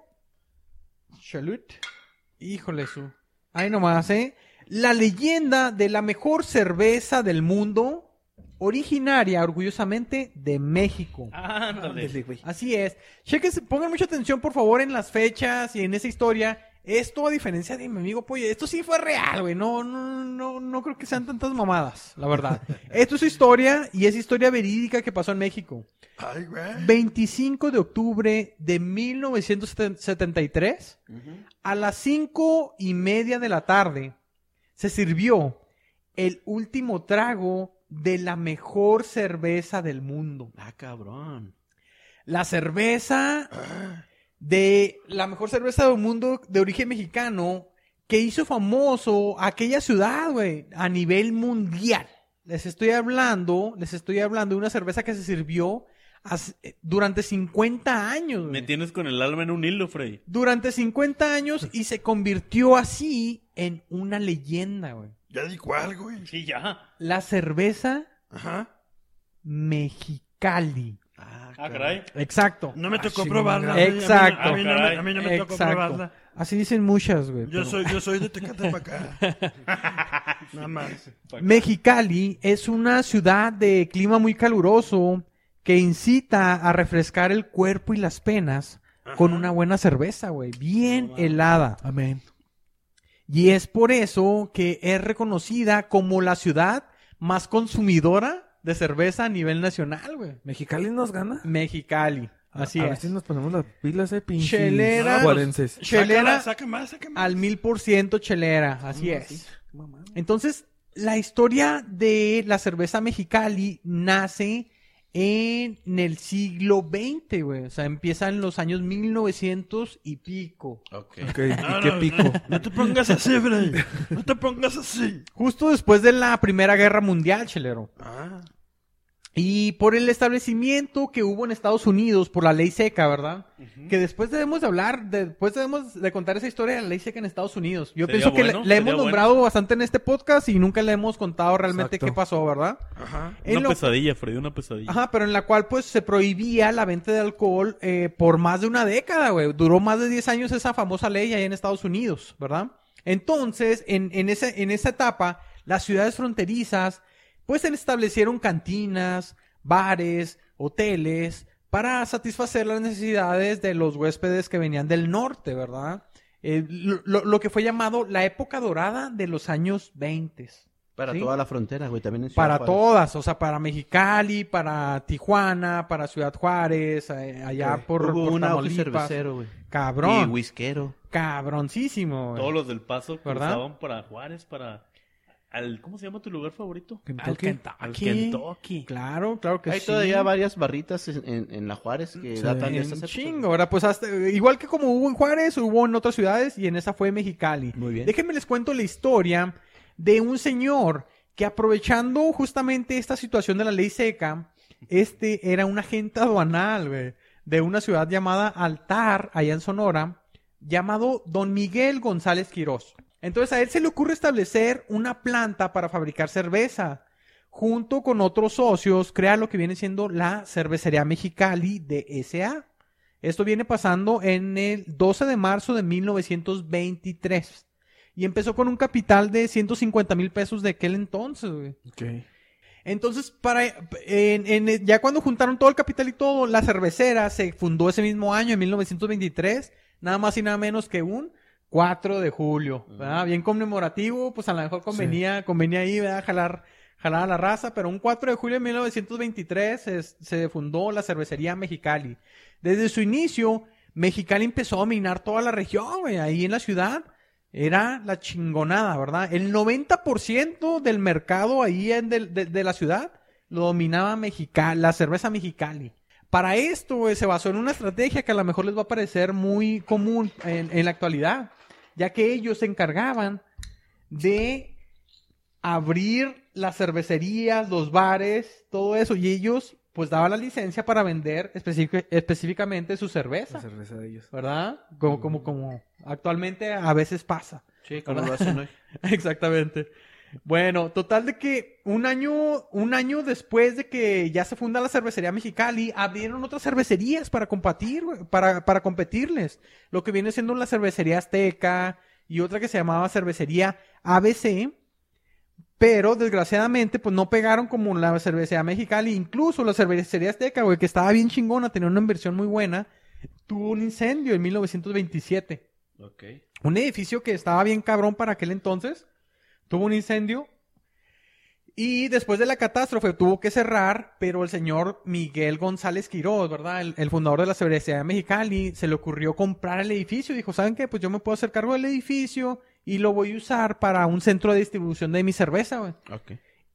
Salud. Híjole su. Ahí nomás, ¿eh? La leyenda de la mejor cerveza del mundo, originaria orgullosamente de México.
Ándale.
Así es. Chequen, pongan mucha atención por favor en las fechas y en esa historia. esto a diferencia de mi amigo Pollo, esto sí fue real, güey. No, no, no, no creo que sean tantas mamadas, la verdad. esto es historia y es historia verídica que pasó en México.
Ay, güey.
25 de octubre de 1973, a las cinco y media de la tarde, se sirvió el último trago de la mejor cerveza del mundo.
Ah, cabrón.
La cerveza de la mejor cerveza del mundo de origen mexicano que hizo famoso aquella ciudad, güey, a nivel mundial. Les estoy hablando, les estoy hablando de una cerveza que se sirvió hace- eh, durante 50 años. güey.
Me tienes con el alma en un hilo, Frey.
Durante 50 años y se convirtió así en una leyenda, güey.
Ya di cuál, güey.
Sí, ya.
La cerveza
Ajá.
Mexicali.
Ah,
Ah, caray.
Exacto.
No me
Ah,
tocó
chingada.
probarla. güey. A mí-
Exacto.
A mí, no me, a mí no me tocó
Exacto.
probarla.
Así dicen muchas, güey.
Yo
pero-
soy, yo soy de Tecate para acá. Nada más.
Mexicali es una ciudad de clima muy caluroso que incita a refrescar el cuerpo y las penas con una buena cerveza, güey, bien helada.
Amén.
Y es por eso que es reconocida como la ciudad más consumidora de cerveza a nivel nacional, güey.
¿Mexicali nos gana?
Mexicali. Así
a ver
es.
si nos ponemos las pilas de pinches
Chelera.
Juarenses.
Chelera
Sácala, Saca más, saca más.
al mil por ciento chelera, así
Ah,
es.
sí. Mamá.
Entonces, la historia de la cerveza mexicali nace en el siglo XX, güey. O sea, empieza en los años 1900 y pico.
Ok.
Ok, ¿y
No,
qué
no,
pico?
No, no te pongas así, Frey. No te pongas así.
Justo después de la Primera Guerra Mundial, chelero.
Ah,
Y por el establecimiento que hubo en Estados Unidos por la ley seca, ¿verdad? Que después debemos de hablar, de- después debemos de contar esa historia de la ley seca en Estados Unidos. Yo
Sería
pienso que la-
bueno,
la,
sería
hemos nombrado bastante en este podcast y nunca le hemos contado realmente
Exacto.
qué pasó, ¿verdad?
ajá.
En
Una
lo-
pesadilla, Frey, una pesadilla.
Ajá, pero en la cual pues se prohibía la venta de alcohol eh, por más de una década, güey. Duró más de 10 años esa famosa ley allá en Estados Unidos, ¿verdad? Entonces, en, en, ese, en esa etapa, las ciudades fronterizas pues se establecieron cantinas, bares, hoteles para satisfacer las necesidades de los huéspedes que venían del norte, ¿verdad? Eh, lo, lo- lo que fue llamado la época dorada de los años 20.
Para
¿Sí?
toda la frontera, güey, también en Ciudad
Para
Juárez.
todas, o sea, para Mexicali, para Tijuana, para Ciudad Juárez, eh, allá
Ok.
por,
Hubo
por
un auge
Tamaulipas.
cervecero, güey. Y
Cabrón,
whiskero.
cabroncísimo. güey.
Todos los del paso
¿Verdad?
cruzaban para Juárez, para... Al... ¿Cómo se llama tu lugar favorito?
Al
Kentucky.
Al
Kentucky.
Kentucky.
Claro, claro que
Hay
sí.
todavía varias barritas en, en- en la Juárez que
Sí.
datan de
En
estas épocas.
chingo, ¿verdad? Pues hasta, igual que como hubo en Juárez, hubo en otras ciudades y en esa fue Mexicali.
Muy bien.
Déjenme les cuento la historia de un señor que aprovechando justamente esta situación de la ley seca, este era un agente aduanal, güey, de una ciudad llamada Altar, allá en Sonora, llamado Don Miguel González Quirós. Entonces a él se le ocurre establecer una planta para fabricar cerveza. Junto con otros socios, crea lo que viene siendo la cervecería Mexicali de S.A. Esto viene pasando en el 12 de marzo de 1923. Y empezó con un capital de 150 mil pesos de aquel entonces, güey.
Ok.
Entonces, para, en- en- ya cuando juntaron todo el capital y todo, la cervecera se fundó ese mismo año, en 1923, nada más y nada menos que un 4 de julio, ¿verdad? Bien conmemorativo, pues a lo mejor convenía, convenía ahí, ¿verdad? Jalar, jalar a la raza, pero un 4 de julio de 1923 se, se fundó la cervecería Mexicali. Desde su inicio, Mexicali empezó a dominar toda la región, güey, ahí en la ciudad. Era la chingonada, ¿verdad? El 90% del mercado ahí en del- de, de la ciudad lo dominaba Mexicali, la cerveza Mexicali. Para esto güey, se basó en una estrategia que a lo mejor les va a parecer muy común en, en la actualidad, ya que ellos se encargaban de abrir las cervecerías, los bares, todo eso, y ellos pues daban la licencia para vender específic- específicamente su
La
cerveza,
cerveza de ellos.
¿verdad? Como, como, como actualmente a veces pasa.
Mm. Sí, como lo hacen hoy.
Exactamente. Bueno, total de que un año, un año después de que ya se funda la cervecería Mexicali, abrieron otras cervecerías para competir, güey, para, para competirles. Lo que viene siendo la cervecería Azteca y otra que se llamaba cervecería ABC. Pero desgraciadamente, pues no pegaron como la cervecería Mexicali. Incluso la cervecería Azteca, güey, que estaba bien chingona, tenía una inversión muy buena, tuvo un incendio en 1927.
Ok.
un edificio que estaba bien cabrón para aquel entonces. Tuvo un incendio. Y después de la catástrofe tuvo que cerrar, pero el señor Miguel González Quirós, ¿verdad? El, el fundador de la Seguridad de Mexicali, se le ocurrió comprar el edificio. Dijo, ¿saben qué? Pues yo me puedo hacer cargo del edificio y lo voy a usar para un centro de distribución de mi cerveza, güey.
Ok.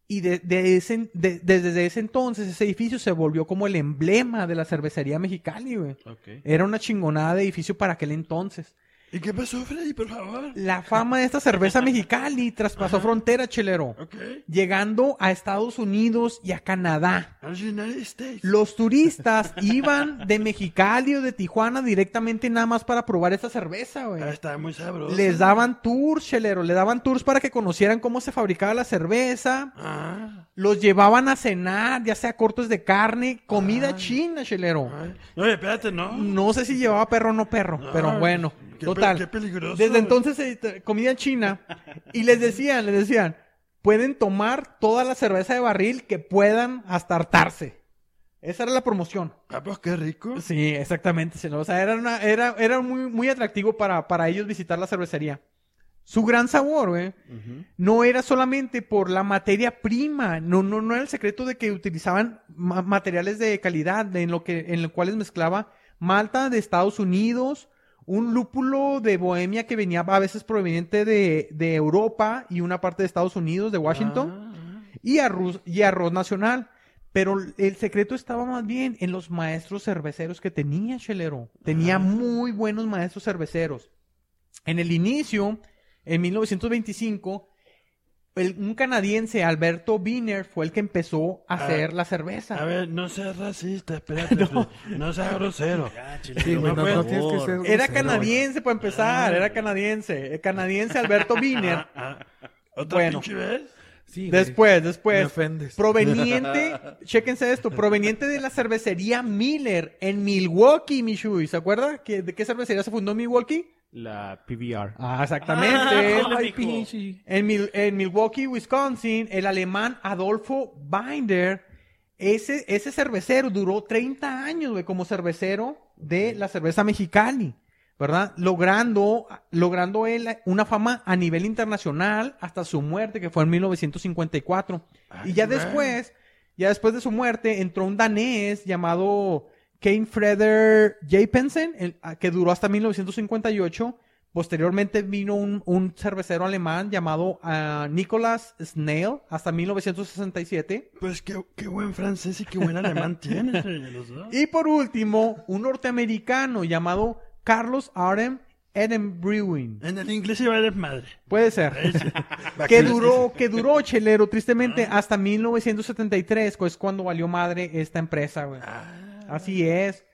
Y de- de ese- de- desde ese entonces ese edificio se volvió como el emblema de la cervecería Mexicali, güey.
Ok.
Era una chingonada de edificio para aquel entonces.
¿Y qué pasó, Freddy, por favor?
La fama de esta cerveza Mexicali traspasó frontera, chelero.
Ok.
Llegando a Estados Unidos y a Canadá.
Al United States.
Los turistas iban de Mexicali o de Tijuana directamente nada más para probar esta cerveza, güey.
Ah, está muy sabroso.
Les daban tours, chelero. Le daban tours para que conocieran cómo se fabricaba la cerveza.
Ah,
Los llevaban a cenar, ya sea cortos de carne, comida
Ah.
china, chelero.
ay. Oye, espérate, ¿no?
No sé si llevaba perro o no perro,
Ah,
pero bueno.
qué
total.
pe- qué peligroso.
Desde entonces se tra- comida china. Y les decían, les decían, pueden tomar toda la cerveza de barril que puedan hasta hartarse. Esa era la promoción.
Ah, pues qué rico.
Sí, exactamente. Chelero. O sea, era, una- era, era muy, muy atractivo para, para ellos visitar la cervecería. Su gran sabor, güey
Ujú.
no era solamente por la materia prima, no, no, no era el secreto de que utilizaban ma- materiales de calidad, de en lo que, en los cuales mezclaba malta de Estados Unidos, un lúpulo de Bohemia que venía a veces proveniente de, de Europa y una parte de Estados Unidos, de Washington, y arroz, y arroz nacional. Pero el secreto estaba más bien en los maestros cerveceros que tenía Chelero. Tenía muy buenos maestros cerveceros. En el inicio, en 1925, el- un canadiense, Alberto Biner, fue el que empezó a
Ah.
hacer la cerveza.
A ver, no seas racista, espérate. no. seas grosero.
Ya, chile,
Sí, güey,
por
no- no
favor.
tienes que ser-
Era
grosero,
canadiense, para empezar,
Ah.
era canadiense. El canadiense Alberto Biner.
Ah, ah. ¿Otra
Bueno.
pinche vez?
Sí, güey.
Después, pues,
Me
después.
ofendes.
Proveniente, chéquense esto, proveniente de la cervecería Miller en Milwaukee, Mishui. ¿Se acuerda? que- ¿De qué cervecería se fundó Milwaukee?
La PBR.
Ah,
Ah,
exactamente.
¿cómo
Ay,
dijo?
pinche.
En, Mil- en Milwaukee, Wisconsin, el alemán Adolfo Binder, ese, ese cervecero duró 30 años, güey, como cervecero de la cerveza mexicali, ¿verdad? Logrando, logrando él una fama a nivel internacional hasta su muerte, que fue en 1954. y ya
güey.
después, ya después de su muerte, entró un danés llamado Kane Freder Japensen, el- a- que duró hasta 1958. Posteriormente vino un, un cervecero alemán llamado ah, Nicolas Snail hasta 1967.
Pues qué, qué buen francés y qué buen alemán tienes, oye, los dos.
Y por último, un norteamericano llamado Carlos Arem Eden Brewing.
En el inglés iba a eres madre.
Puede ser. que duró, que duró, chelero, tristemente,
Ah.
hasta 1973, pues cuando valió madre esta empresa, güey.
Ah.
Así es.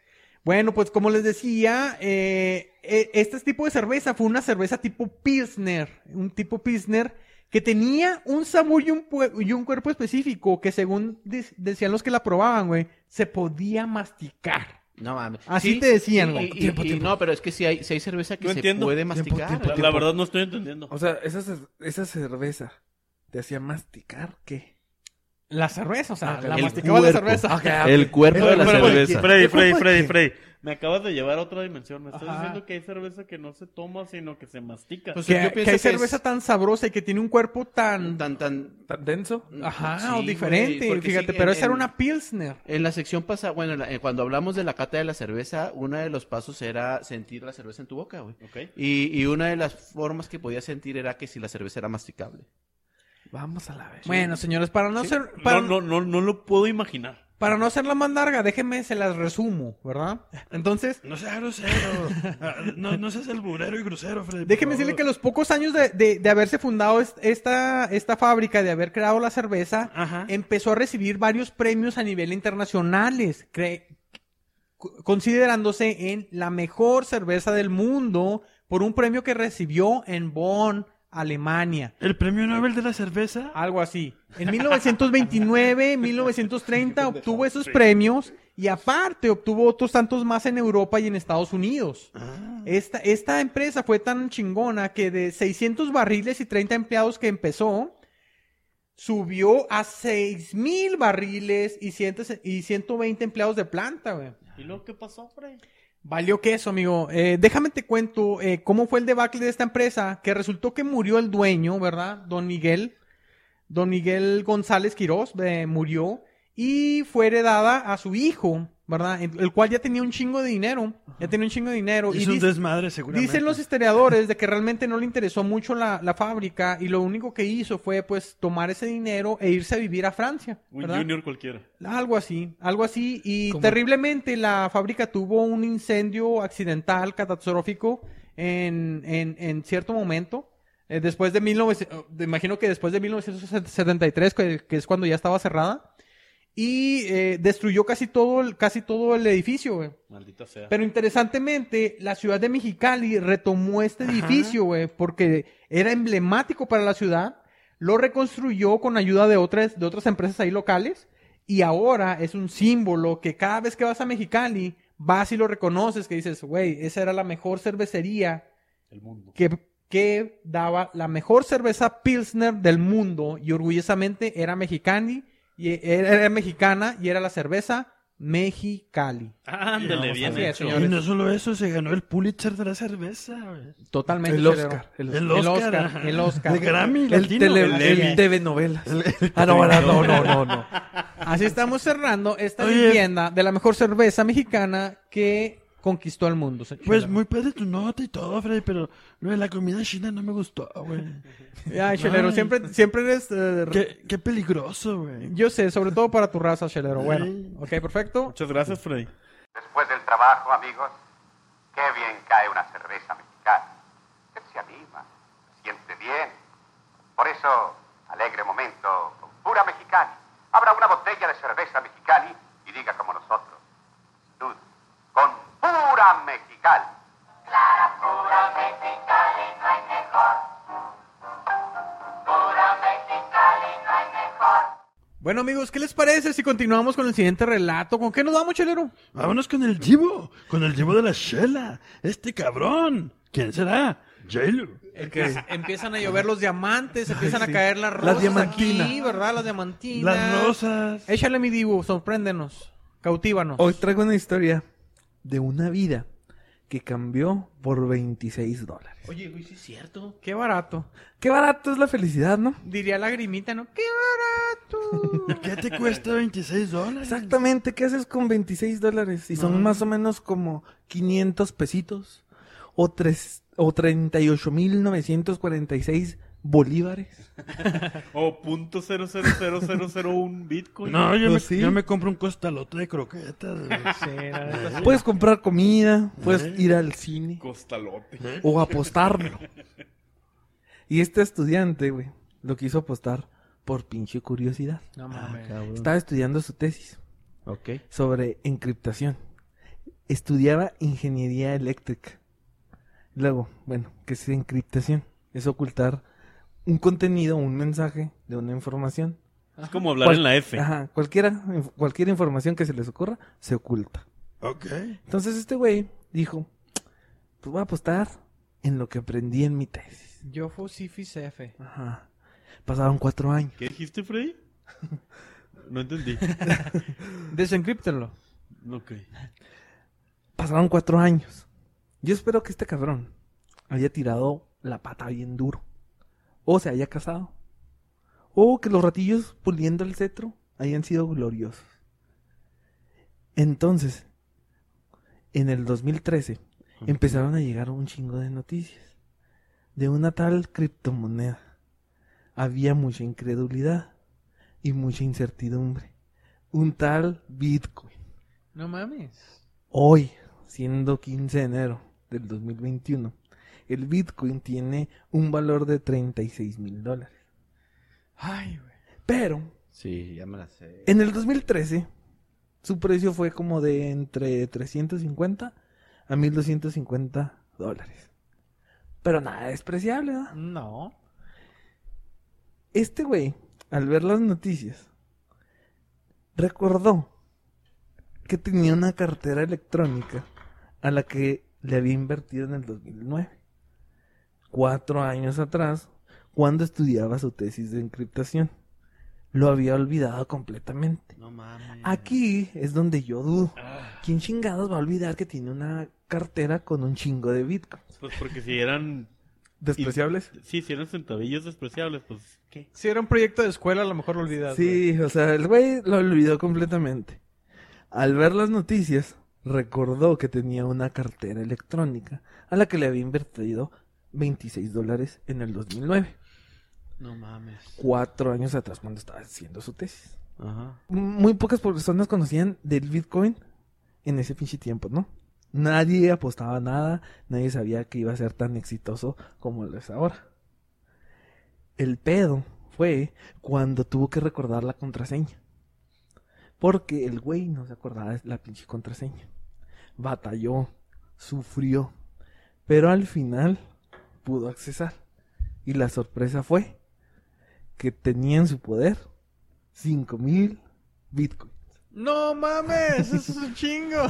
Bueno, pues como les decía, eh, e- este tipo de cerveza fue una cerveza tipo Pilsner, un tipo Pilsner que tenía un sabor y un, pue- y un cuerpo específico que según de- decían los que la probaban, güey, se podía masticar.
No mames.
Así te decían,
y-
güey.
y- y-
Tiempo,
y
tiempo.
No, pero es que si hay, si hay cerveza que
No
se
entiendo.
puede
Tiempo,
masticar.
tiempo,
La, la verdad no estoy entendiendo.
O sea, esa, cer- esa cerveza te hacía masticar qué?
La cerveza, o sea,
Ah,
la
el
masticaba la
cuerpo.
cerveza.
El cuerpo de la
Espera, espera,
cerveza.
Freddy,
¿Qué
Freddy,
culpa
Freddy,
de
Freddy. Me acabas de llevar a otra dimensión. Me estás
Ajá.
diciendo que hay cerveza que no se toma, sino que se mastica.
Pues,
Que,
yo
que
pienso
hay
que
cerveza
es-
tan sabrosa y que tiene un cuerpo tan...
Tan, tan...
¿Tan denso?
Ajá,
Sí,
o
güey,
diferente,
porque sí,
fíjate,
en-
pero esa era
en-
una Pilsner.
En la sección pasada, bueno, en la- eh, cuando hablamos de la cata de la cerveza, uno de los pasos era sentir la cerveza en tu boca, güey.
Ok.
Y, y una de las formas que podías sentir era que si la cerveza era masticable.
Vamos a la vez.
Bueno, señores, para no
Sí.
ser para
No, no, no, no lo puedo imaginar.
para no ser la más larga, déjenme se las resumo, ¿verdad? Entonces,
No seas grosero. Ah, No, no seas alburero y grosero, Freddy. por
déjenme
favor.
decirle que los pocos años de, de- de haberse fundado es- esta, esta fábrica, de haber creado la cerveza,
Ajá.
empezó a recibir varios premios a nivel internacionales, cre- cu- considerándose en la mejor cerveza del mundo por un premio que recibió en Bonn, Alemania.
¿El premio Nobel de la cerveza?
Algo así. En 1929, 1930 obtuvo esos premios y aparte obtuvo otros tantos más en Europa y en Estados Unidos.
Ah,
Esta, esta empresa fue tan chingona que de 600 barriles y 30 empleados que empezó, subió a 6000 barriles y, 100 y 120 empleados de planta, güey.
¿Y luego qué pasó, Freddy?
Valió queso, amigo. Eh, déjame te cuento eh, cómo fue el debacle de esta empresa, que resultó que murió el dueño, ¿verdad? Don Miguel. Don Miguel González Quirós eh, murió y fue heredada a su hijo, ¿verdad? El el cual ya tenía un chingo de dinero. Ya tenía un chingo de dinero.
Hizo
y
un
dice-
desmadre seguramente.
Dicen los historiadores de que realmente no le interesó mucho la, la fábrica y lo único que hizo fue pues tomar ese dinero e irse a vivir a Francia,
Un
¿verdad?
junior cualquiera.
Algo así, algo así y
Como-
terriblemente la fábrica tuvo un incendio accidental catastrófico en, en, en cierto momento. eh, después de 1900, eh, imagino que después de 1973, que, que es cuando ya estaba cerrada, y eh, destruyó casi todo, el- casi todo el edificio, güey.
Maldita sea.
Pero interesantemente, la ciudad de Mexicali retomó este edificio, güey, porque era emblemático para la ciudad. Lo reconstruyó con ayuda de otras, de otras empresas ahí locales. Y ahora es un símbolo que cada vez que vas a Mexicali, vas y lo reconoces, que dices, güey, esa era la mejor cervecería
El mundo.
que, que daba la mejor cerveza Pilsner del mundo y orgullosamente era mexicani y era, era mexicana y era la cerveza Mexicali.
Ándale, bien
así es,
hecho.
señor.
Y no solo eso, se ganó el Pulitzer de la cerveza. güey.
Totalmente.
El
chelero.
Oscar. El,
El
El
Oscar.
Oscar, el Oscar.
El Grammy.
el
latino,
tele,
güey.
así
el
es.
TV novelas.
El- el-
Ah, no, no, no, no, no.
Así estamos cerrando esta
Oye.
vivienda de la mejor cerveza mexicana que conquistó al mundo. señor.
Pues muy padre tu nota y todo, Freddy, pero lo de la comida china no me gustó, güey.
Ay, chelero,
Ay.
siempre, siempre eres... eh,
Qué, qué peligroso, güey.
Yo sé, sobre todo para tu raza, chelero.
Sí.
Bueno, ok, perfecto.
Muchas gracias, Freddy.
Después del trabajo, amigos, qué bien cae una cerveza mexicana. Usted se anima, se siente bien. Por eso, alegre momento con pura mexicana. Abra una botella de cerveza mexicana y diga como nosotros. Sin duda, con pura mexicana.
Bueno, amigos, ¿qué les parece si continuamos con el siguiente relato? ¿Con qué nos vamos, chelero?
Vámonos con el divo, con el divo de la Shela. Este cabrón. ¿Quién será? Jailu.
Empiezan a llover los diamantes, empiezan a caer las rosas
Las diamantinas.
aquí, ¿verdad? Las diamantinas.
Las rosas.
Échale mi dibu, sorpréndenos, cautívanos.
Hoy traigo una historia de una vida que cambió por 26 dólares.
Oye, güey, sí es cierto.
Qué barato.
Qué barato es la felicidad, ¿no?
Diría lagrimita, ¿no? ¡Qué barato!
¿Qué te cuesta 26 dólares?
Exactamente, ¿qué haces con 26 dólares? Y son más o menos como 500 pesitos o, tres, o 38.946 bolívares.
O Oh, punto cero cero cero cero cero un Bitcoin.
No, yo,
Pues
me,
sí.
yo me compro un costalote de croquetas. güey.
Puedes comprar comida,
¿Eh?
puedes ir al cine
Costalote.
o apostármelo. Y este estudiante, güey, lo quiso apostar por pinche curiosidad.
No mames.
Estaba estudiando su tesis.
Ok.
sobre encriptación. Estudiaba ingeniería eléctrica. Luego, bueno, ¿qué es encriptación? Es ocultar un contenido, un mensaje de una información.
Es como hablar
¿Cuál?
en la F.
Pues, Ajá, cualquiera, inf- cualquier información que se les ocurra se oculta.
ok.
Entonces este güey dijo, pues voy a apostar en lo que aprendí en mi tesis.
Yo fusifis F.
Ajá. Pasaron cuatro años.
¿Qué dijiste, Freddy? No entendí.
Desencriptenlo.
Ok.
Pasaron cuatro años. Yo espero que este cabrón haya tirado la pata bien duro. O se haya casado. O que los ratillos puliendo el cetro hayan sido gloriosos. Entonces, en el 2013, empezaron a llegar un chingo de noticias. De una tal criptomoneda. Había mucha incredulidad y mucha incertidumbre. Un tal Bitcoin.
No mames.
Hoy, siendo 15 de enero del 2021, el Bitcoin tiene un valor de 36 mil dólares.
Ay, güey.
Pero
Sí, ya me la sé.
en el 2013, su precio fue como de entre 350 a 1250 dólares. Pero nada despreciable, ¿verdad?
No.
Este güey, al ver las noticias, recordó que tenía una cartera electrónica a la que le había invertido en el 2009. Cuatro años atrás, cuando estudiaba su tesis de encriptación. lo había olvidado completamente.
No mames.
Ah,
Aquí es donde yo dudo.
Ah,
¿Quién chingados va a olvidar que tiene una cartera con un chingo de Bitcoin?
pues porque si eran.
¿Despreciables?
Sí, si eran centavillos despreciables, pues. ¿Qué?
Si era un proyecto de escuela, a lo mejor lo olvidas. güey.
Sí, o sea, el güey lo olvidó completamente. Al ver las noticias, recordó que tenía una cartera electrónica a la que le había invertido 26 dólares en el 2009,
No mames.
cuatro años atrás cuando estaba haciendo su tesis.
Ajá.
Muy pocas personas conocían del Bitcoin en ese pinche tiempo, ¿no? Nadie apostaba nada, nadie sabía que iba a ser tan exitoso como lo es ahora. El pedo fue cuando tuvo que recordar la contraseña. Porque el güey no se acordaba de la pinche contraseña. Batalló, sufrió, pero al final pudo accesar. Y la sorpresa fue que tenía en su poder 5000 bitcoins.
No mames, eso es un chingo.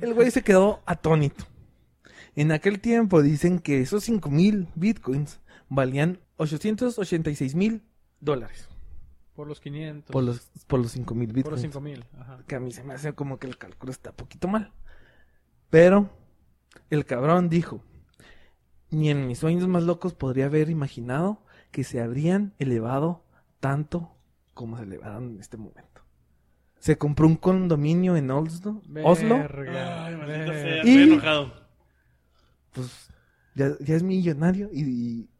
El güey se quedó atónito. En aquel tiempo dicen que esos 5000 bitcoins valían 886 mil dólares
Por los 500.
por los, por los 5000
por los
bitcoins.
5000. Ajá.
Que a mí se me hace como que el cálculo está poquito mal. Pero el cabrón dijo: Ni en mis sueños más locos podría haber imaginado que se habrían elevado tanto como se elevaron en este momento. Se compró un condominio en Oslo. Oslo
Verga,
Ay, maldita
verga.
sea,
Eh, Y-
estoy enojado.
pues ya, ya es millonario y, y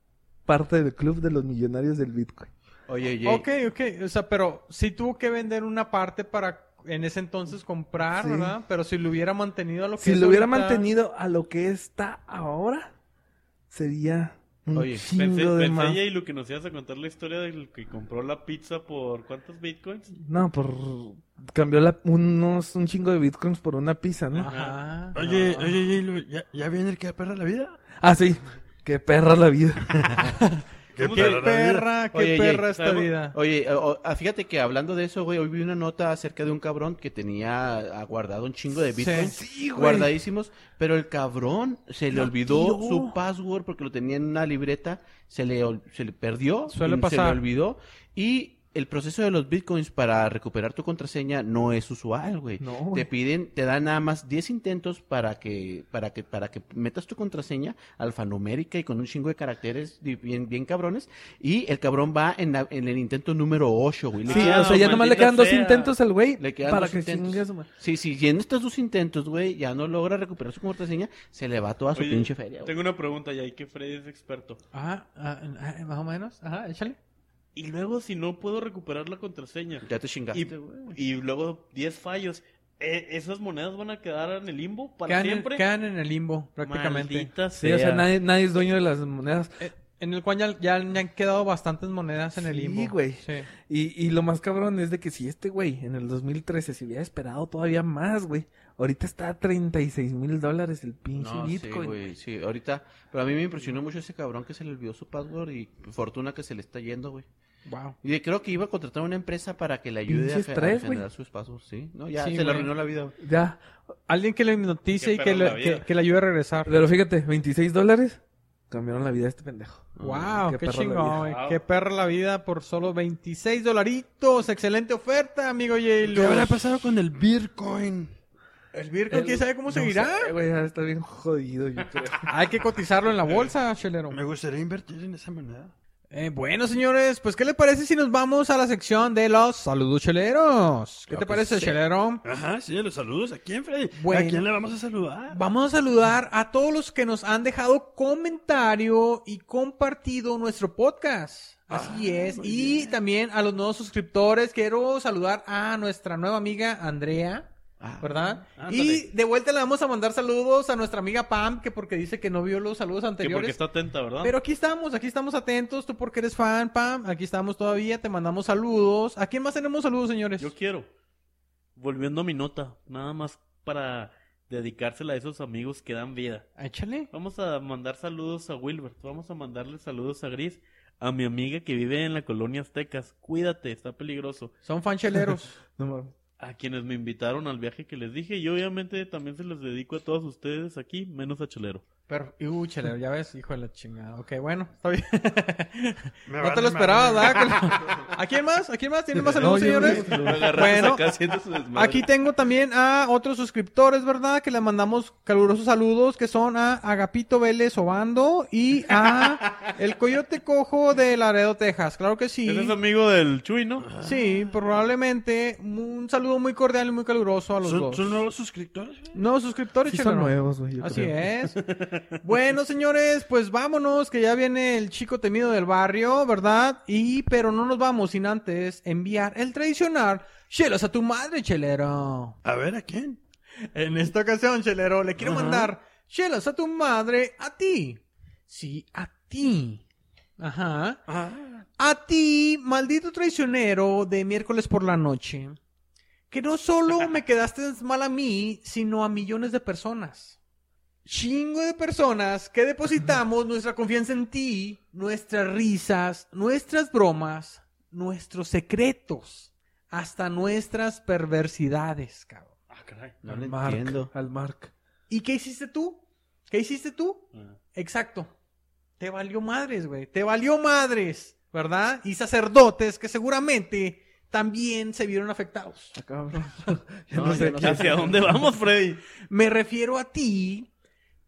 parte del club de los millonarios del Bitcoin.
Oye, oye.
Ok, ok. O sea, pero sí tuvo que vender una parte para en ese entonces comprar,
Sí.
¿verdad? Pero si lo hubiera mantenido a lo que
Si
es
lo hubiera
ahorita-
mantenido a lo que está ahora, sería un
Oye,
chingo
Pensé,
de
pensé
más.
y lo que nos ibas a contar la historia del que compró la pizza por cuántos bitcoins.
No, por cambió la, unos un chingo de bitcoins por una pizza, ¿no?
Ajá.
Oye, oye, J-Lo, ¿ya, ¿ya viene el que da perra la vida?
Ah, sí. Qué perra la vida.
¿Qué
Qué perra, qué
Oye,
perra
oye,
esta
¿sabemos?
vida.
Oye, o- o- ah, fíjate que hablando de eso, güey, hoy vi una nota acerca de un cabrón que tenía ah, guardado un chingo de bitcoins guardadísimos, pero el cabrón se le olvidó
tiró.
su password porque lo tenía en una libreta, se le, ol- se le perdió, mm,
Suele
se
pasar.
le olvidó y el proceso de los bitcoins para recuperar tu contraseña no es usual, güey.
No,
Te
güey.
piden, te dan nada más 10 intentos para que, para que, para que metas tu contraseña alfanumérica y con un chingo de caracteres di- bien, bien cabrones. Y el cabrón va en, la- en el intento número 8, güey. Le
Sí,
Ah,
quedan-
o sea, ya nomás le
maldita
quedan dos
sea.
intentos al güey
Le quedan
para
dos
que
intentos.
chingue a su madre.
Sí, sí, y en estos dos intentos, güey, ya no logra recuperar su contraseña, se le va toda su
Oye,
pinche feria, güey.
Tengo una pregunta ya, y que Freddy es experto.
Ajá, ah, ah, más o menos. Ajá, échale.
Y luego, si no puedo recuperar la contraseña,
Ya te
y,
chingaste, güey.
y luego 10 fallos, ¿e- ¿esas monedas van a quedar en el limbo para
Quedan en,
siempre?
quedan en el limbo, prácticamente.
Maldita
Sí, o sea,
sea.
nadie, nadie es dueño de las monedas.
Eh, en el cual ya, ya han- ya han quedado bastantes monedas en el
Sí,
limbo.
güey.
Sí.
Y, y lo más cabrón es de que si este güey en el 2013 se hubiera esperado todavía más, güey. Ahorita está a 36 mil dólares el pinche
No, sí,
Bitcoin.
güey, sí, ahorita, pero a mí me impresionó mucho ese cabrón que se le olvidó su password y fortuna que se le está yendo, güey.
Wow.
Y de- creo que iba a contratar una empresa para que le ayude a,
Pinche
ge- a
estrés, güey.
generar sus pasos, ¿sí? No, ya
Sí,
se le
güey.
arruinó la vida, güey.
Ya.
Alguien que le noticie
Qué
y que
perra
le,
la vida.
que- que le ayude a regresar.
Pero fíjate, 26 dólares cambiaron la vida de este pendejo.
Wow,
Qué
Mm, qué,
perra la vida.
chingón, güey.
Wow.
Qué perra la vida por solo 26 dolaritos. Excelente oferta, amigo
¿Qué habrá
J-Lo.
pasado con el Bitcoin?
El Virgo,
El-
quién sabe cómo
no
seguirá.
sé, güey, ya está bien jodido, yo creo.
Hay que cotizarlo en la bolsa, chelero.
Me gustaría invertir en esa moneda.
Eh, bueno, señores, pues ¿qué le parece si nos vamos a la sección de los saludos cheleros? ¿Qué
Claro
te
que
parece,
Ah, pues, sí.
chelero?
Ajá, sí, los saludos. ¿A quién, Freddy?
Bueno.
¿A quién le vamos a saludar?
Vamos a saludar a todos los que nos han dejado comentario y compartido nuestro podcast.
Ah,
Así es. Y también a los nuevos suscriptores. Quiero saludar a nuestra nueva amiga Andrea.
Ah,
¿Verdad? y de vuelta le vamos a mandar saludos a nuestra amiga Pam, que porque dice que no vio los saludos
Que
anteriores.
porque está atenta, ¿verdad?
Pero aquí estamos, aquí estamos atentos. Tú porque eres fan, Pam. Aquí estamos todavía. Te mandamos saludos. ¿A quién más tenemos saludos, señores?
Yo quiero. Volviendo a mi nota, nada más para dedicársela a esos amigos que dan vida.
Échale.
Vamos a mandar saludos a Wilbert, vamos a mandarle saludos a Gris, a mi amiga que vive en la colonia Aztecas. Cuídate, está peligroso.
Son fancheleros.
No mames.
A quienes me invitaron al viaje que les dije y obviamente también se los dedico a todos ustedes aquí, menos a Cholero.
Pero, y, uh, chale, ya ves, hijo de la chingada. Ok, bueno, está bien.
Me
no te
vale
lo esperabas,
madre.
¿verdad? ¿A quién más? ¿A quién más? ¿Tienen más saludos,
yo-
señores?
Lo agarraron
Bueno,
acá haciendo su desmadre.
Aquí tengo también a otros suscriptores, ¿verdad? Que les mandamos calurosos saludos, que son a Agapito Vélez Obando y a El Coyote Cojo de Laredo, Texas. Claro que sí.
Ese es amigo del Chuy, ¿no?
Sí, probablemente. Un saludo muy cordial y muy caluroso a los
¿Son,
dos.
son nuevos suscriptores? güey?
Nuevos suscriptores,
Sí son
chelero.
nuevos, güey. yo
Así
creo.
es. Bueno, señores, pues vámonos, que ya viene el chico temido del barrio, ¿verdad? Y, pero no nos vamos sin antes enviar el tradicional chelos a tu madre, chelero.
A ver, ¿a quién?
En esta ocasión, chelero, le quiero mandar chelos a tu madre a ti. Sí, a ti. Ajá.
Ah,
A ti, maldito traicionero de miércoles por la noche, que no solo me quedaste mal a mí, sino a millones de personas. Chingo de personas que depositamos nuestra confianza en ti, nuestras risas, nuestras bromas, nuestros secretos, hasta nuestras perversidades, cabrón.
Ah, caray.
No lo
Al Mark,
entiendo.
Al Mark.
¿Y qué hiciste tú? ¿Qué hiciste tú?
Ah.
Exacto. Te valió madres, güey. Te valió madres, ¿verdad? Y sacerdotes que seguramente también se vieron afectados.
Ah, cabrón. ya
No,
no,
yo
sé.
no sé.
¿Hacia dónde vamos, Freddy?
Me refiero a ti,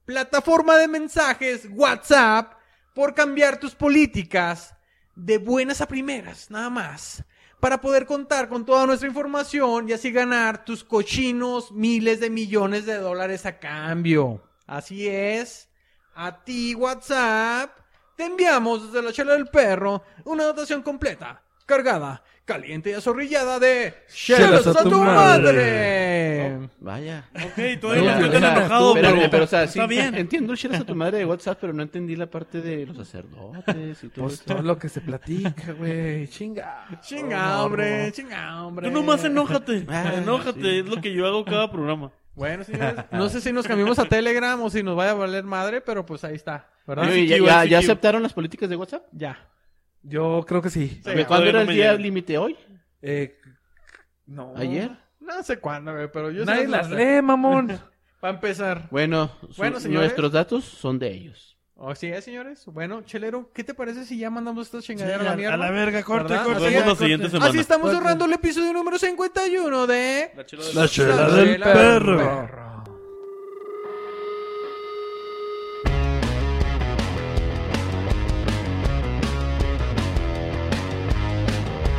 plataforma de mensajes, WhatsApp, por cambiar tus políticas de buenas a primeras, nada más. Para poder contar con toda nuestra información y así ganar tus cochinos miles de millones de dólares a cambio. Así es. A ti, WhatsApp, te enviamos desde la chela del perro una dotación completa, cargada, caliente y azorrillada de chelas a tu madre.
Vaya.
Ok,
Oye,
todavía no estoy
o sea,
tan enojado,
espérate, pero,
pero,
o sea, sí,
está bien.
entiendo chelas a tu madre de WhatsApp, pero no entendí la parte de los sacerdotes y todo
Pues
eso.
todo lo que se platica, güey. Chinga.
Chinga,
Oh,
hombre,
morbo.
chinga, hombre.
Tú nomás enójate.
Ah,
enójate,
sí.
es lo que yo hago cada programa.
Bueno, señores, no sé si nos cambiamos a Telegram o si nos vaya a valer madre, pero pues ahí está, ¿verdad?
Oye, ¿ya,
LGBTQ?
ya, ya aceptaron las políticas de WhatsApp?
Ya.
Yo creo que sí.
Sí,
¿Cuándo
todavía
era
no
el
me
día
llega.
límite? ¿Hoy?
Eh, no.
¿Ayer?
Ah.
No sé cuándo, güey, pero yo
Nadie las lee, mamón.
Para empezar.
Bueno, su-
Bueno, señores.
nuestros datos son de ellos.
Así es, señores. Bueno, Chelero, ¿qué te parece si ya mandamos esta
sí,
chingadera a
a,
la
a
mierda?
la verga, corte,
¿Verdad?
Nos
Así
vemos
corte.
la
es.
siguiente semana.
Así estamos cerrando el episodio número 51 de...
La chela de-
La chela del
Chela del
perro.
perro.